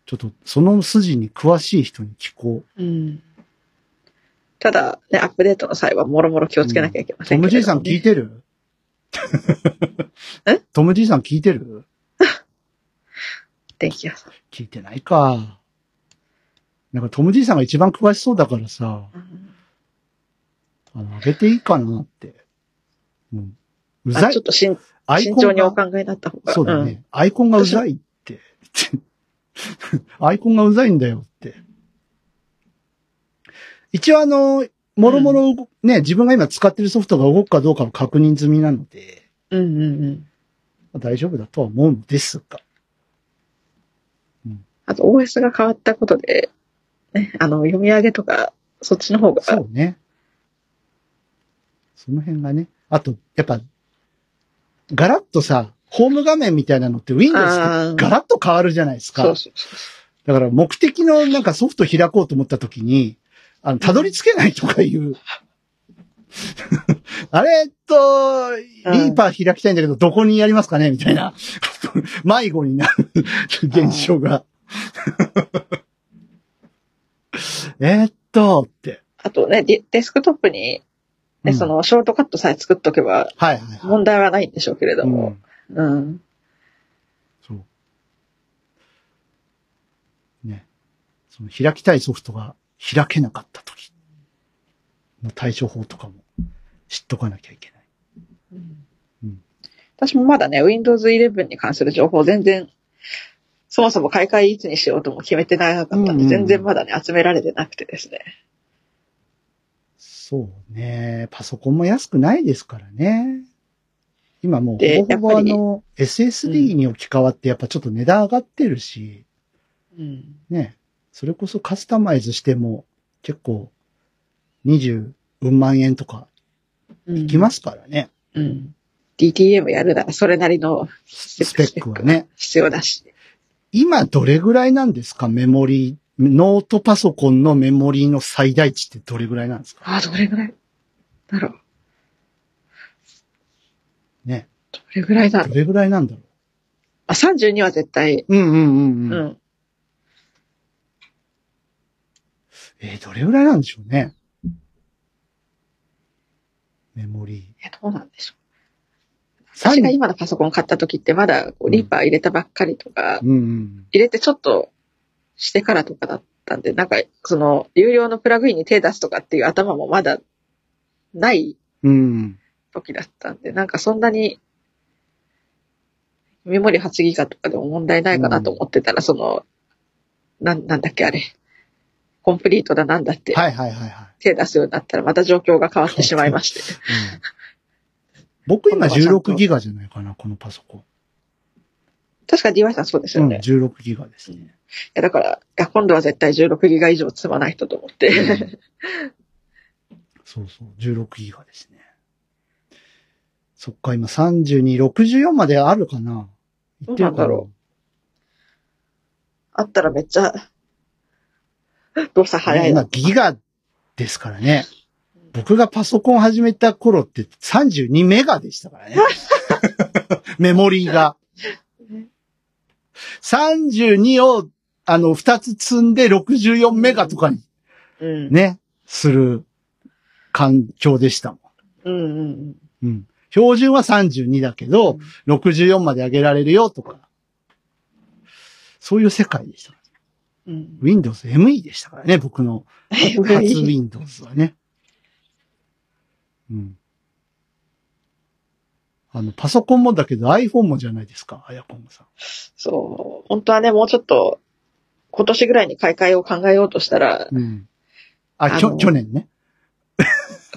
ちょっとその筋に詳しい人に聞こう。
うんただ、ね、アップデートの際はもろもろ気をつけなきゃいけま
ト
せんけ
ム
れど、
じ
ね
いさん聞いてる
え
トムじいさん聞いてる
電気屋さん。
聞いてないか。なんかトムじいさんが一番詳しそうだからさ、
うん
あの、あげていいかなって。うん。うざ
あ
い
ちょっ。としん
アイ
慎
コン
重にお
が、
考えになった方が。
そうだね、アイコンがうざいって。 アイコンがうざいんだよって。一応あの、もろもろ動くね、自分が今使ってるソフトが動くかどうかの確認済みなので、
うん。うんうんうん。
大丈夫だとは思うのですが。
あと OS が変わったことで、ね、あの、読み上げとか、そっちの方が、
そうね。その辺がね。あと、やっぱ、ガラッとさ、ホーム画面みたいなのって Windows
あ
って
ー
ガラッと変わるじゃないですか。
そうそうそう
だから目的のなんかソフト開こうと思った時に、あの、たどり着けないとかいう。 あれえっと、リーパー開きたいんだけど、どこにやりますかねみたいな。 迷子になる現象が。 えーっと、って。
あとね、ディデスクトップに、
う
ね、
ん
そ、の、ショートカットさえ作っとけ
は
ば、
いはいはい。
問題はないんでしょうけれど
う
も
ん、、
うん。
そう。ね。その開きたいソフトが開けなかった時の対処法とかも知っとかなきゃいけない。うん
私もまだね、Windows 11に関する情報全然、そもそも買い替えいつにしようとも決めてなかったんで、
うんうん
全然まだね、集められてなくてですね。
そうね。パソコンも安くないですからね。今もう
で
ほぼほぼ
や
あ
っぱり
の、SSD に置き換わってやっぱちょっと値段上がってるし、
うん。
ね。それこそカスタマイズしても結構20万円とか
い
いきますからね。
うん。DTM やるならそれなりの
スペックはね。
必要だし。
今どれぐらいなんですかメモリー、ノートパソコンのメモリーの最大値ってどれぐらいなんですか
ああ、どれぐらいだろう。
ね。
どれぐらいだろ
ど
う。
れぐらいなんだろ
あ、32は絶対。
ううんうんうん
う
うん。
ん。
えーどれぐらいなんでしょうね。メモリー。
え、どうなんでしょう。
三
私が今のパソコン買った時ってまだこうリッパー入れたばっかりとか、
うんうん。
入れてちょっとしてからとかだったんで、なんかその有料のプラグインに手出すとかっていう頭もまだない
うん。
時だったんで、なんかそんなにメモリ8ギガとかでも問題ないかなと思ってたら、その、なん、なんだっけあれ、コンプリートだなんだって
はいはいはいは
手出すようになったらまた状況が変わってしまいまして。
い。うん、僕今16ギガじゃないかな、このパソコン。
確か DY さんそうですよ
うん、
ね。い
16ギガですね。
やだから、いや今度は絶対16ギガ以上積まないとと思って。
そうそう、16ギガですね。そっか、今32、64まであるかな言ってるか
どうなんだろあったらめっちゃ、動作早い
今
な。
ギガですからね。僕がパソコン始めた頃って32メガでしたからね。メモリーが。32を、あの、2つ積んで64メガとかに
うん。
ね、する環境でしたも
うんうんうん。
ん。うん。標準は32だけど、64まで上げられるよとか。そういう世界でした。
うん。
Windows ME でしたからね、僕の 初 Windows はね。うん。あの、パソコンもだけど iPhone もじゃないですか、あやこんさん。
そう。本当はね、もうちょっと、今年ぐらいに買い替えを考えようとしたら、
うん。あ、
あ
きょ、
の
去年ね。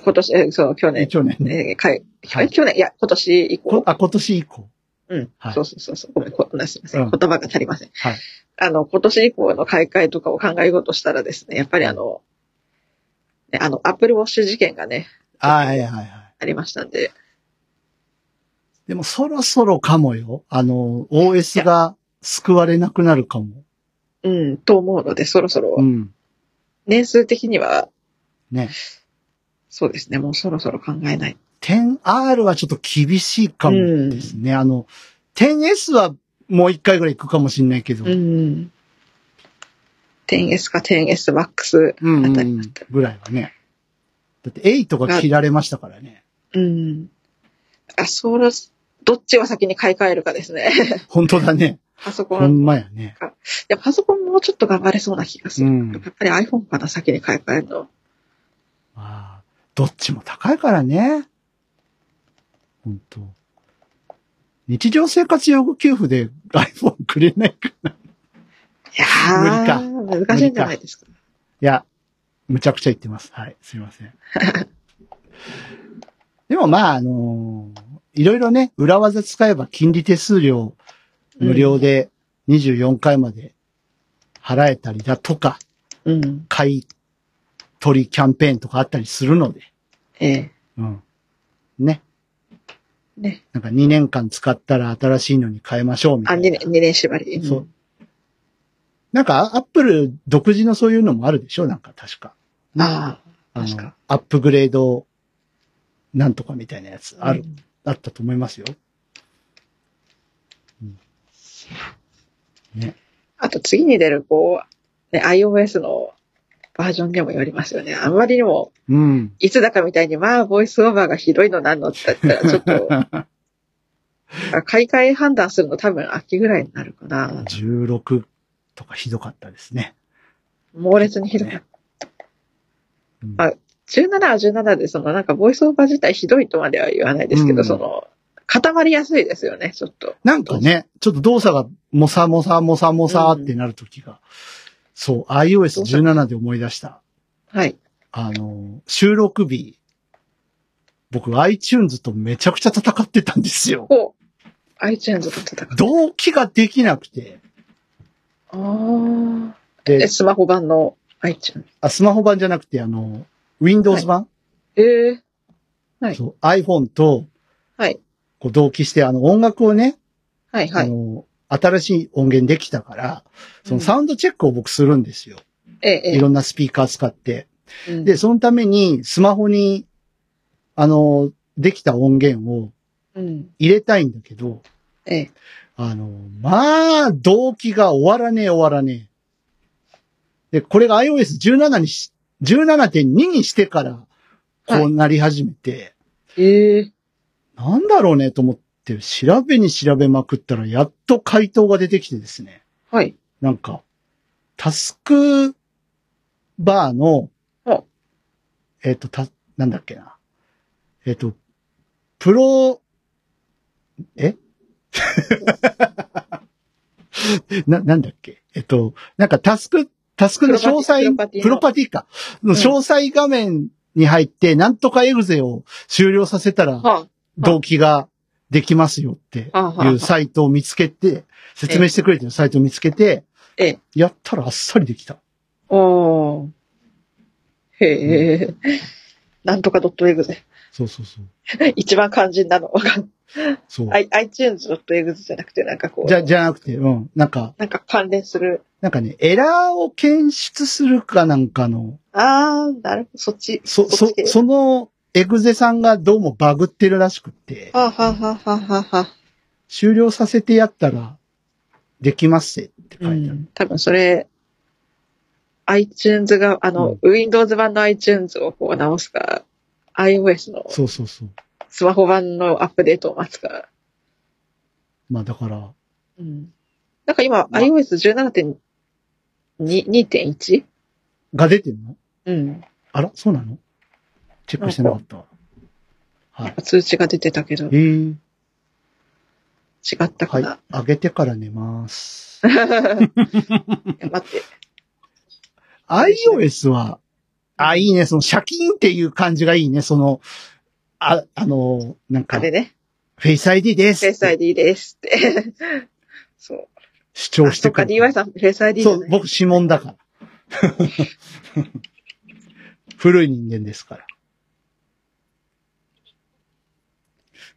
今年、えそう、去年、
去年ね。
えー、買い、
はい
え去年、いや、今年以
こ
降。
あ、今年以降。
うん、
はい
そうそうそうそう。ごめん、こすいません。
うん
言葉が足りません。
はい。
あの、今年以降の買い替えとかを考えようとしたらですね、やっぱりあの、ねあの、アップルウォッシュ事件がね、
あはいはいはい。
ありましたんで、
でもそろそろかもよ。あの、OS が救われなくなるかも。
うん、と思うので、そろそろ
う、ん。
年数的には、
ね。
そうですね、もうそろそろ考えない。
10R はちょっと厳しいかもですね。あの、10S はもう一回ぐらい行くかもしれないけど。
うん。10S か 10SMAX
うんう
あ
ん
た
う
り
ん
だったら。
ぐらいはね。だって8が切られましたから ね。
うん。あ、そろ、どっちを先に買い替えるかですね。
本当だね。
パソコ
ほ
ン。い
んまやね。
や、パソコンもうちょっと頑張れそうな気がす
う
る。
ん。
やっぱり iPhone かな、先に買い替えるの。
まあ、どっちも高いからね。本当日常生活用具給付で iPhone くれないかな。い
いやー、難しいんじゃないですか。
や、むちゃくちゃ言ってます。はい、すいません。 でもまあ、あのーいろいろね、裏技使えば金利手数料無料で24回まで払えたりだとか、
うん。
買い取りキャンペーンとかあったりするので、
ええ。
うん。ね。
ね。
なんか2年間使ったら新しいのに変えましょうみた
あ、
い
2
な。
年、二年縛り。ん
そう。なんかアップル独自のそういうのもあるでしょなんか確か。
あ
あ
あ、確
の
か。、
アップグレードなんとかみたいなやつある、
うん。
あったと思いますよ。うんね。
あと次に出る、こう、ね、iOS のバージョンでもよりますよね。あんまりにも、
うん。
いつだかみたいに、まあ、ボイスオーバーがひどいのなんのって言ったら、ちょっ と、買い替え判断するの多分秋ぐらいになるかな。
16とかひどかったですね。
猛烈にひど
う
い。
ん
あ17は17で、そのなんかボイスオーバー自体ひどいとまでは言わないですけど、
うん
その、固まりやすいですよね、ちょっと。
なんかね、ちょっと動作がもさもさもさもさってなるときが、そう、iOS17 で思い出した。
はい。
あの、収録日、僕 iTunes とめちゃくちゃ戦ってたんですよ。
お iTunes と戦う。
同期ができなくて。
ああ。
で
え、、スマホ版の iTunes。
あスマホ版じゃなくて、あの、Windows 版、
ええはい
そう iPhone と、
はい。
こう同期して、あの、音楽をね、
はいは
あ
い。
の、新しい音源できたから、そ
うん
のサウンドチェックを僕するんですよ。
ええ、
いろんなスピーカー使って。
ええ。
で、そのためにスマホに、あの、できた音源を
うん。
入れたいんだけど、
ええ。
あの、まあ、動機が終わらねえ終わらねえ。で、これが iOS17 にし、17.2にしてから、こうなり始めて、
ええ。
なんだろうねと思って、調べに調べまくったら、やっと回答が出てきてですね。
はい。
なんか、タスクバーの
うん、
えっ、と、た、なんだっけな。えっ、と、プロ、え な、なんだっけえっ、と、なんかタスク、タスクの詳細、
プロパティ
プロパティか。の
うん
詳細画面に入って、なんとかエグゼを終了させたら、
は
動機ができますよって
あ、はあ、はいあ
う。サイトを見つけて、説明してくれてるサイトを見つけて、
ええ
やったらあっさりできた。
おー。へえ。なんとか .exe。
そうそうそう。
一番肝心なの。わかん
そう。
ない。I- iTunes.exe じゃなくて、なんかこう。
じゃ、じゃなくて、うん。なんか、
なんか関連する。
なんかね、エラーを検出するかなんかの、
あー、なるほど。そっち。
そ、
そ
そ
っち、系
その、エグゼさんがどうもバグってるらしくって、
はあ、はあはあはあはあはあ
終了させてやったら、できますせって書
う
いてある。
ん。多分それ、iTunes が、あの、Windows 版の iTunes をこう直すか、iOS の
そうそうそう。
スマホ版のアップデートを待つか。
まあだから、
うん。なんか今、
ま
iOS17.2.1?
が出てんの
うん。
あらそうなのチェックしてなかったわ。は
なん
い
か。通知が出てたけど、違
えー、
った
は
か
い
な。。
あげてから寝 ます。
いや待って。
iOS は、あ、いいね。その、シャキーンっていう感じがいいね。その、あ、あの、なん
あ
か、
れね。
フェイス ID です。
Face ID ですって。 そう。
主張
あ
し
そ
て
っか、
く
DY
る。
さん、Face ID じ
そ
ゃ
う
な、い。
僕指紋だから。 古い人間ですから。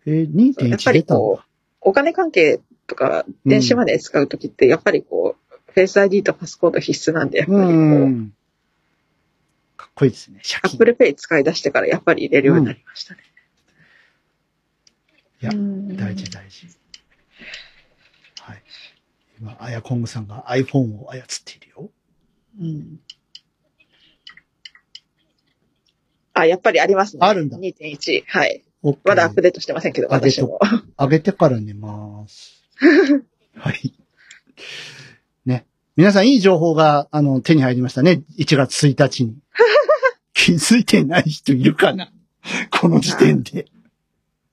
えー、
やっぱ
2.1出
り
たん
こ
だ。
う、お金関係とか、電子マネー使うときって、やっぱりこう、フェイス ID とパスコード必須なんで、やっぱり
う
こう、
ん。かっこいいですね。シャキーン。
Apple Pay 使い出してからやっぱり入れるようになりましたね。
うんいや
うん
大事大事。はい。今、アヤコングさんが iPhone を操っているよ。
うんあ、やっぱりありますね。
あるんだ
2.1。はい。
OK
まだアップデートしてませんけど、
あで
私
と
も。
あげてから寝ます。 はい。ね。皆さんいい情報が、あの、手に入りましたね。1月1日 に。気づいてない人いるかなこの時点で。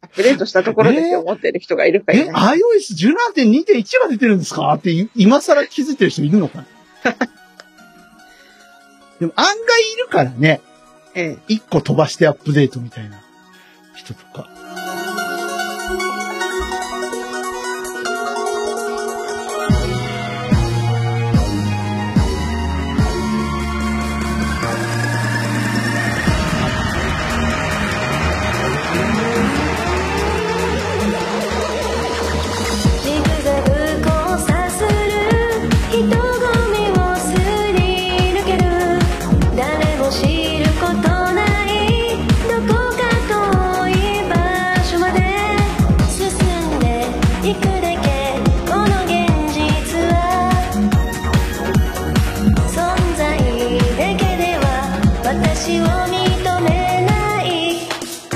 アップデートしたところでっ
え
て
ー
思ってる人がいるかい
え、
ない
iOS17.2.1 が出てるんですかってい、今更気づいてる人いるの かなでも案外いるからね。
ええ
一個飛ばしてアップデートみたいな人とか。
ジグザグ交差する人混みをすり抜ける誰も知ることないどこか遠い場所まで進んでいくだけこの現実は存在だけでは私を認めない「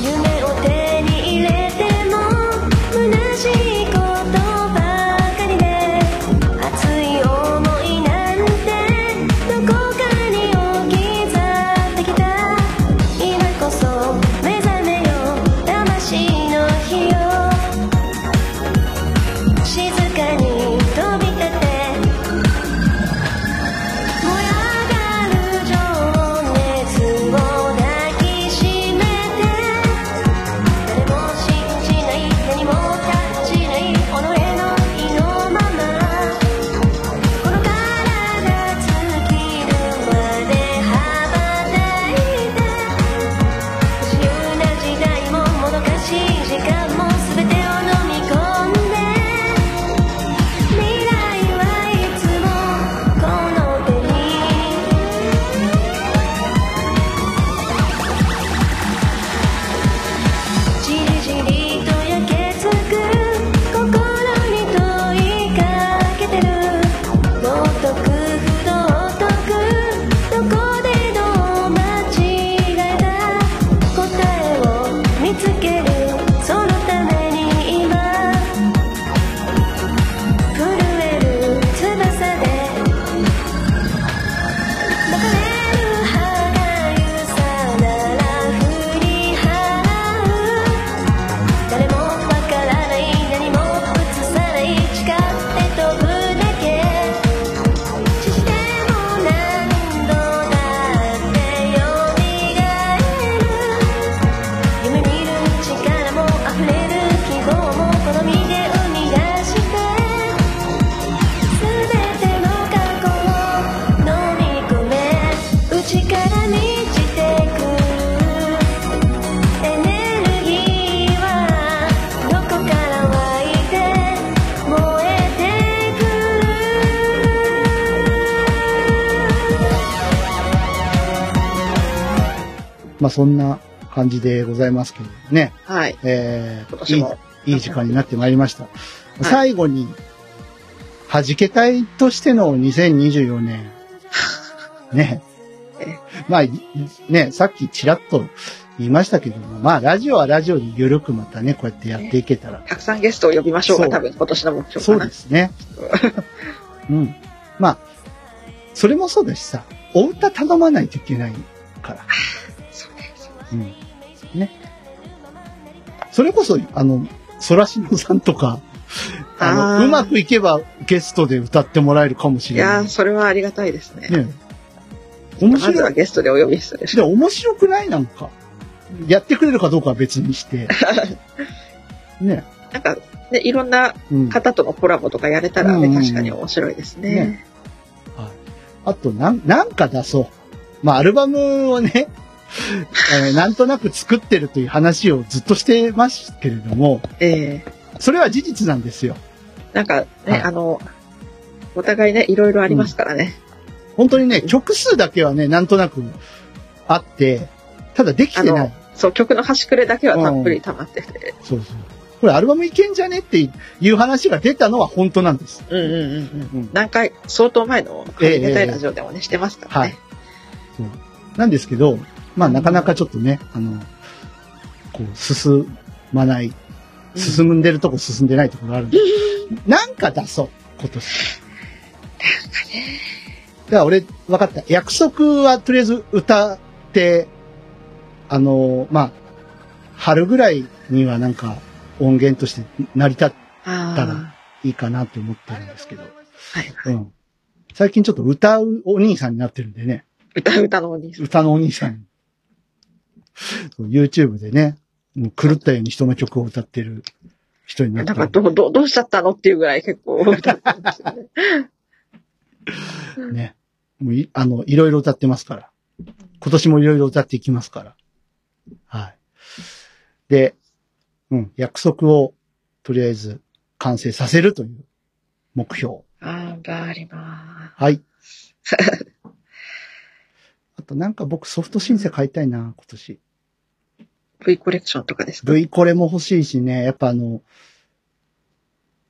夢を手に入れても虚しいことばかりで」「熱い思いなんてどこかに置き去ってきた」「今こそ目覚めよ魂の火を」「静かに飛び立て」燃え上がる情熱
まあそんな感じでございますけどね。
はい。
え
今
ー、
年
い
も
い、いい時間になってまいりました。最後に、弾け隊としての2024年。ね
え。
まあ、いね、さっきちらっと言いましたけども、まあ、ラジオはラジオで緩くまたね、こうやってやっていけたら。
たくさんゲストを呼びましょう
そ
が、
う
多分今年の目標
そ
か
う
な
で。すね。うん。まあ、それもそうだしさ、お歌頼まないといけないから。
そうねそ
う
う
ん。ね。それこそ、あの、ソラシノさんとか、あの
あー
うまくいけばゲストで歌ってもらえるかもし
い
れ
や
な
ー、
い。
それはありがたいですね。
ね。面
まず
白。
はいゲストでお呼びするし
で、。面白くないなんか。やってくれるかどうかは別に して。ね。
なんか、ね、いろんな
うん。
方とのコラボとかやれたら
う
ね、
ん
確かに面白いですね
ね。あと、なん、なんか出そう。まあ、アルバムを ね、えーなんとなく作ってるという話をずっとしてますけれども、
ええ
それは事実なんですよ。
なんかね、
はい
あの、お互いね、いろいろありますからね。
本当にね、曲数だけはね、なんとなくあって、ただできて
あ
な
の
い。
そう、曲の端くれだけはたっぷり溜まってて。
そうそう。これアルバムいけんじゃねっていう話が出たのは本当なんです。
うんうんうん
う
うんん。何回、相当前の、
ええ
始めたいラジオでもね、してますから
はい
ね。。
そうなんですけど、まあなかなかちょっとね、あの、こう、進まない、
うん
進んでるとこ進んでないとこがあるん で、なんか出そう、今年。だから俺、分かった。約束はとりあえず歌って、あの、まあ、春ぐらいにはなんか音源として成り立っだ
あ
なていいかなって思ってるんですけど、
あ。はい。
うん。最近ちょっと歌うお兄さんになってるんでね。
歌うたのお兄さん。
歌のお兄さん。そう YouTube でね、もう狂ったように人の曲を歌ってる人にな
なん
っ
か
て
どう、どう、どうしちゃったのっていうぐらい結構歌 ってましたね。
る、ね。もうい、あの、いろいろ歌ってますから。今年もいろいろ歌っていきますから。はい。で、うん、約束をとりあえず完成させるという目標。
頑張りま
はい。あとなんか僕ソフトシンセ買いたいな、今年。
す。V コレクションとかですか
V これも欲しいしね、やっぱあの、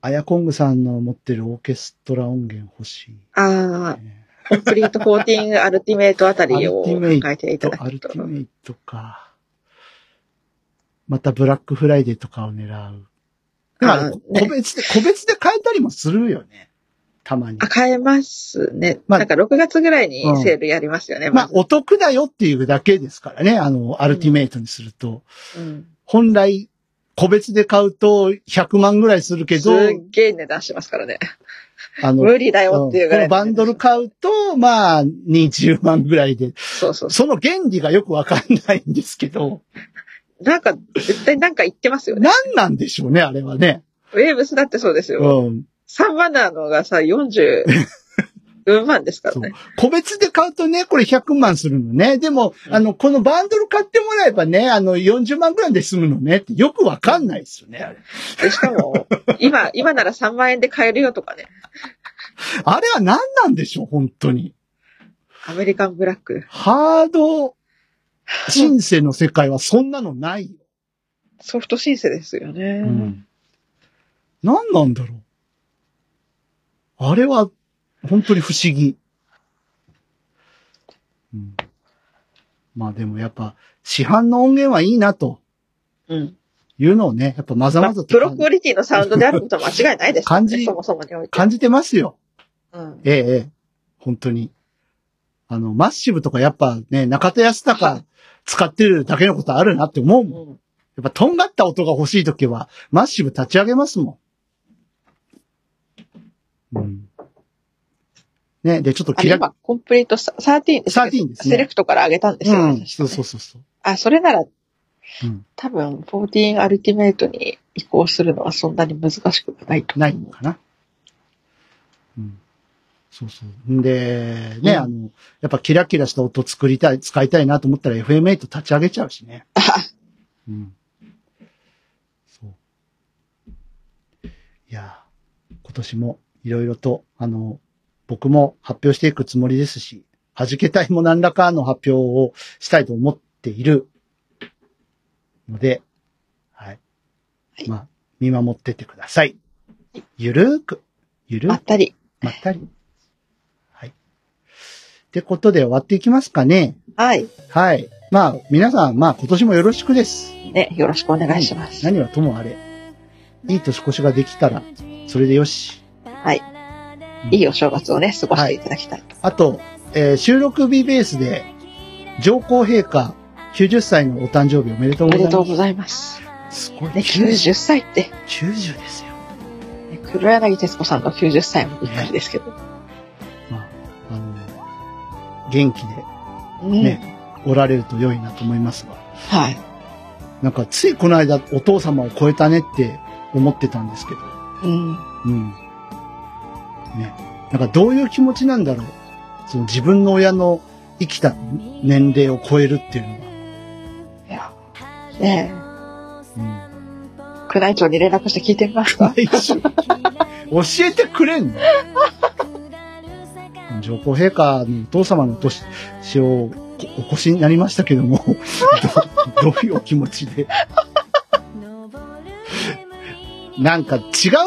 アヤコングさんの持ってるオーケストラ音源欲しい。
ああ、
ね
コンプリートコーティング、アルティメイトあたりを
アルティメイト
考えていた
と
だ
アル
く
テ
と。
ィメイトか。またブラックフライデーとかを狙う。でもあれ
あ
個
ね
別で、個別で変えたりもするよね。たまに
あ、。変えますね。
まあ
なんか6月ぐらいに
うん
セールやりますよね。
まあ
ず、
お得だよっていうだけですからね。あの、アルティメイトにすると。
うん。
本来、個別で買うと100万ぐらいするけ
す
ど、
っげえ値段しますからね。
あの、
無理だよっていうぐらい。
このバンドル買うと、まあ、20万ぐらいで、
そうそうそ
その原理がよくわかんないんですけど、
う。なんか、絶対なんか言ってますよね。
何なんでしょうね、あれはね。
ウェーブスだってそうですよ。
うん。
サンバナーのがさ、40、うん万ですから
そう
ね。。
個別で買うとね、これ100万するのね。でも、あの、このバンドル買ってもらえばね、あの、40万ぐらいで済むのねってよくわかんないですよね、あれ。
でしかも、今、今なら3万円で買えるよとかね。
あれは何なんでしょう、本当に。
アメリカンブラック。
ハード、シンセの世界はそんなのないよ。
ソフト申請ですよね。
うん。何なんだろう。あれは、本当に不思議。うん。まあでもやっぱ、市販の音源はいいなと
うん。
いうのをね、やっぱまざ
ま
ま
あ
ざ
プ
と
ロクオ
感
リティのサウンドであることは間違いないですよ
感
ね。
じ
そもそもにおいて。
感じてますよ。
うん。
ええ、ええ。本当に。あの、マッシブとかやっぱね、中田康
は
隆使ってるだけのことあるなって思うもん。や
うん
っぱとんがった音が欲しいときは、マッシブ立ち上げますもん。うん。ね、で、ちょっと
あ
気
れ、
楽。
今、コンプリートサ13でしたっけ
13ですね
セレクトから上げたんですよ。
う
確
ん、
か
そうそうそうそう。
あ、それなら、
ん
多分、14アルティメイトに移行するのはそんなに難しくないと。
ないのかな。うん。そうそう。んで、ね、
うん
あの、やっぱキラキラした音作りたい、使いたいなと思ったら FM8 立ち上げちゃうしね。 うん。そう。いやー、今年もいろいろと、あの、僕も発表していくつもりですし、弾けたいも何らかの発表をしたいと思って、ているので、はい
は。い
まあ、見守っててください。ゆるーく、ゆる
ま
ー
っ
く、
たり。
まったり。はい。ってことで終わっていきますかね。
はい。
はい。まあ、皆さん、まあ、今年もよろしくです。
ね、よろしくお願いします。
何はともあれ、いい年越しができたら、それでよし。
はい。いいお正月をね、過ごしていただきたい。
あと、えー収録日ベースで、上皇陛下90歳のお誕生日おめでとう
お
ご
め
ざい
でとう
ま
ございます。
す。すごい
ね、90歳って、
90ですよ。
ね黒柳徹子さんの90歳もびっくりですけど。
まあ、あの、元気で
うん。
ねおられると良いなと思いますが。
はい。
なんか、ついこの間、お父様を超えたねって思ってたんですけど。
うん。
うん。ね。なんか、どういう気持ちなんだろう。その自分の親の生きた年齢を超えるっていうのは。
いや、ね
うん
え、宮内庁に連絡して聞いてみま すか。
内緒教えてくれんの上皇陛下のお父様の年をお越しになりましたけども、ど どういうお気持ちで。なんか違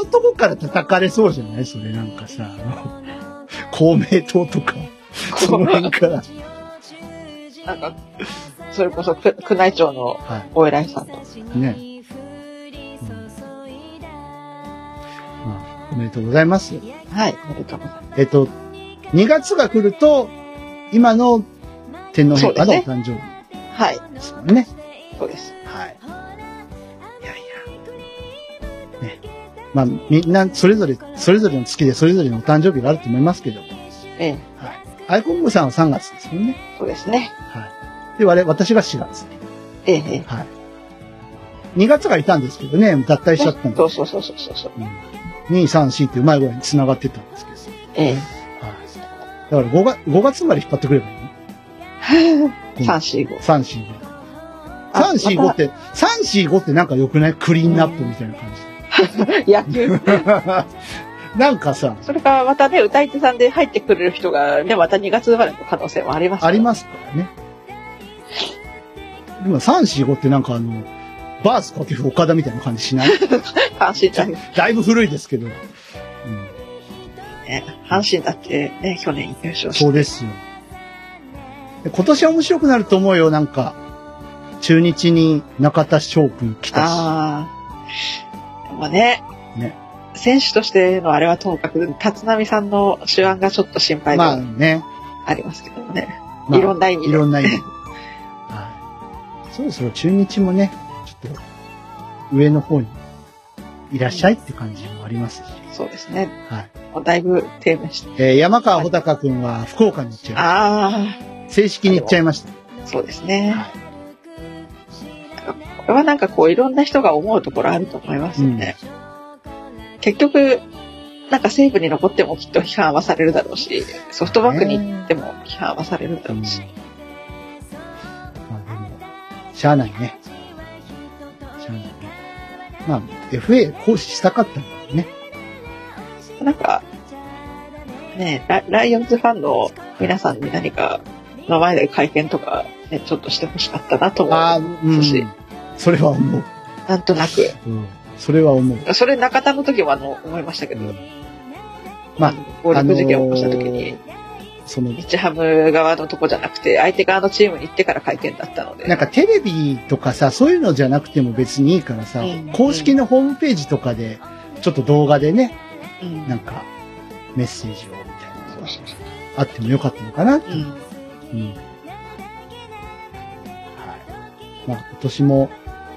うとこから叩かれそうじゃないそれなんかさ、あの公明党とか、その辺から。
なんか、それこそく宮内庁の
は
お偉いさんと。
い。ね。うんまあおめでとうございます。
はい、おめでとうございます。
えっと、2月が来ると、今の天皇陛下のお誕生日
はい、
ですもんね。
そうです。
はい。いやいや。ね。まあ、みんな、それぞれ、それぞれの月でそれぞれのお誕生日があると思いますけど、はい。
ええ、
アイコングさんは3月ですもんね。
そうですね。
はい。で、我々、私が4月。
ええ、ええ。
はい。2月がいたんですけどね、脱退しちゃったんで。
そうそうそうそうそうそう。
うん、2、3、4ってうまい具合に繋がってたんですけど。
ええ。
はい。だから5月、5月まで引っ張ってくればいいの
3、4、5。
3、4、5。3、4、5って、3、4、5ってなんか良くないクリーンナップみたいな感じ。
野球。
なんかさ、
それからまたね、歌い手さんで入ってくれる人がね、また2月生まれの可能性もあります。
ありますからね。でも3、4、5ってなんかあの、バースかける岡田みたいな感じしない
す。阪神だって
だいぶ古いですけど。うん、
ね、阪神だってね、去年優勝し
そうですよ。で今年は面白くなると思うよ、なんか。中日に中田翔くん来たし。
ああ。でもね。
ね
選手としてのあれはともかく、立浪さんの手腕がちょっと心配で
まあ
は
ね。
ありますけどね。
まあ
いろんな意味
い
で。
ろんな意味で。はい。そろそろ中日もね、ちょっと、上の方にいらっしゃいって感じもありますし。
そうですね。
はい。
もうだい川低迷して。
えー山川穂高くんは福岡に行っちゃいま
あ
した。正式に行っちゃいました。
あ、そうですね。
は
これはなんかこういろんな人が思うところあると思いますよね。結局、なんか西部に残ってもきっと批判はされるだろうし、ソフトバンクに行っても批判はされるだ
い。
ろ
うん
うし。
まあでも、しゃあないね。しゃあないね。まあ、FA 行使したかったんだろうね。
なんか、ねラ、ライオンズファンの皆さんに何か、の前で会見とか、ね、ちょっとしてほしかったなと思
ああ、う
うし、
ん。それは思う。
なんとなく。
うん。それは思う。
それ中田の時はあの、思いましたけど、
まあ、
暴力事件を起こした時に、
その、
日ハム側のとこじゃなくて、相手側のチームに行ってから会見だったので。
なんかテレビとかさ、そういうのじゃなくても別にいいからさ、
うん
公式のホームページとかで、ちょっと動画でね、
うん、
なんか、メッセージをみたいなのがあってもよかったのかな。うん。
うん、
はい。まあ今年も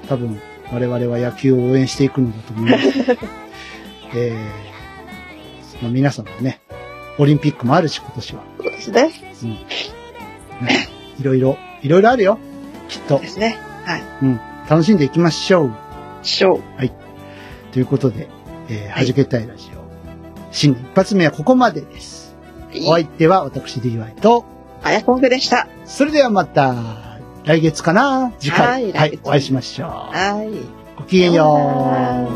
多分我々は野球を応援していくのだと思い ます。えー、まあ皆さんもね、オリンピックもあるし今年は。
そうですね。
ねいろいろ、いろいろあるよ。きっと
で。すね。はい。
うん。楽しんでいきましょう。
ショー。
ということで、えー、
はい
はじけたいラジオ、新年一発目はここまでです。お相手は私 DY と、
あやこんぐでした。
それではまた、来月かな次回、
はい
はい、
来月
お会いしましょ
はい。
う。ごきげんよう。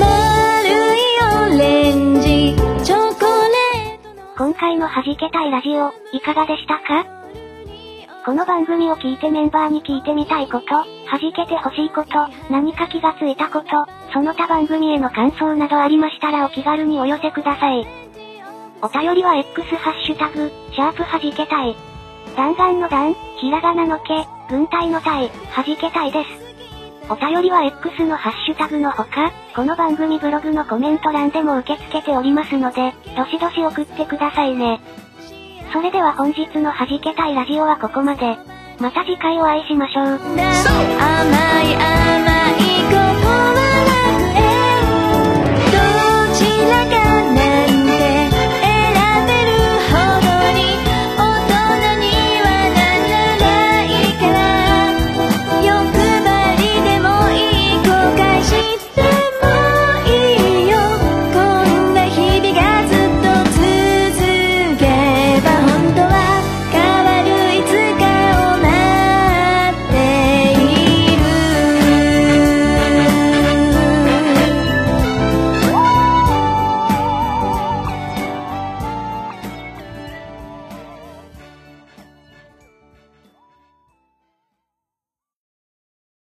丸いオレンジチョコレートの
今回の弾けたいラジオ、いかがでしたかこの番組を聞いてメンバーに聞いてみたいこと、弾けてほしいこと、何か気がついたこと、その他番組への感想などありましたらお気軽にお寄せください。お便りは X ハッシュタグ、シャープ弾けたい。弾丸の弾、ひらがなのけ、軍隊の隊、弾けたいです。お便りは X のハッシュタグのほか、この番組ブログのコメント欄でも受け付けておりますので、どしどし送ってくださいね。それでは本日の弾けたいラジオはここまで。また次回お会いしましょう。
甘い甘い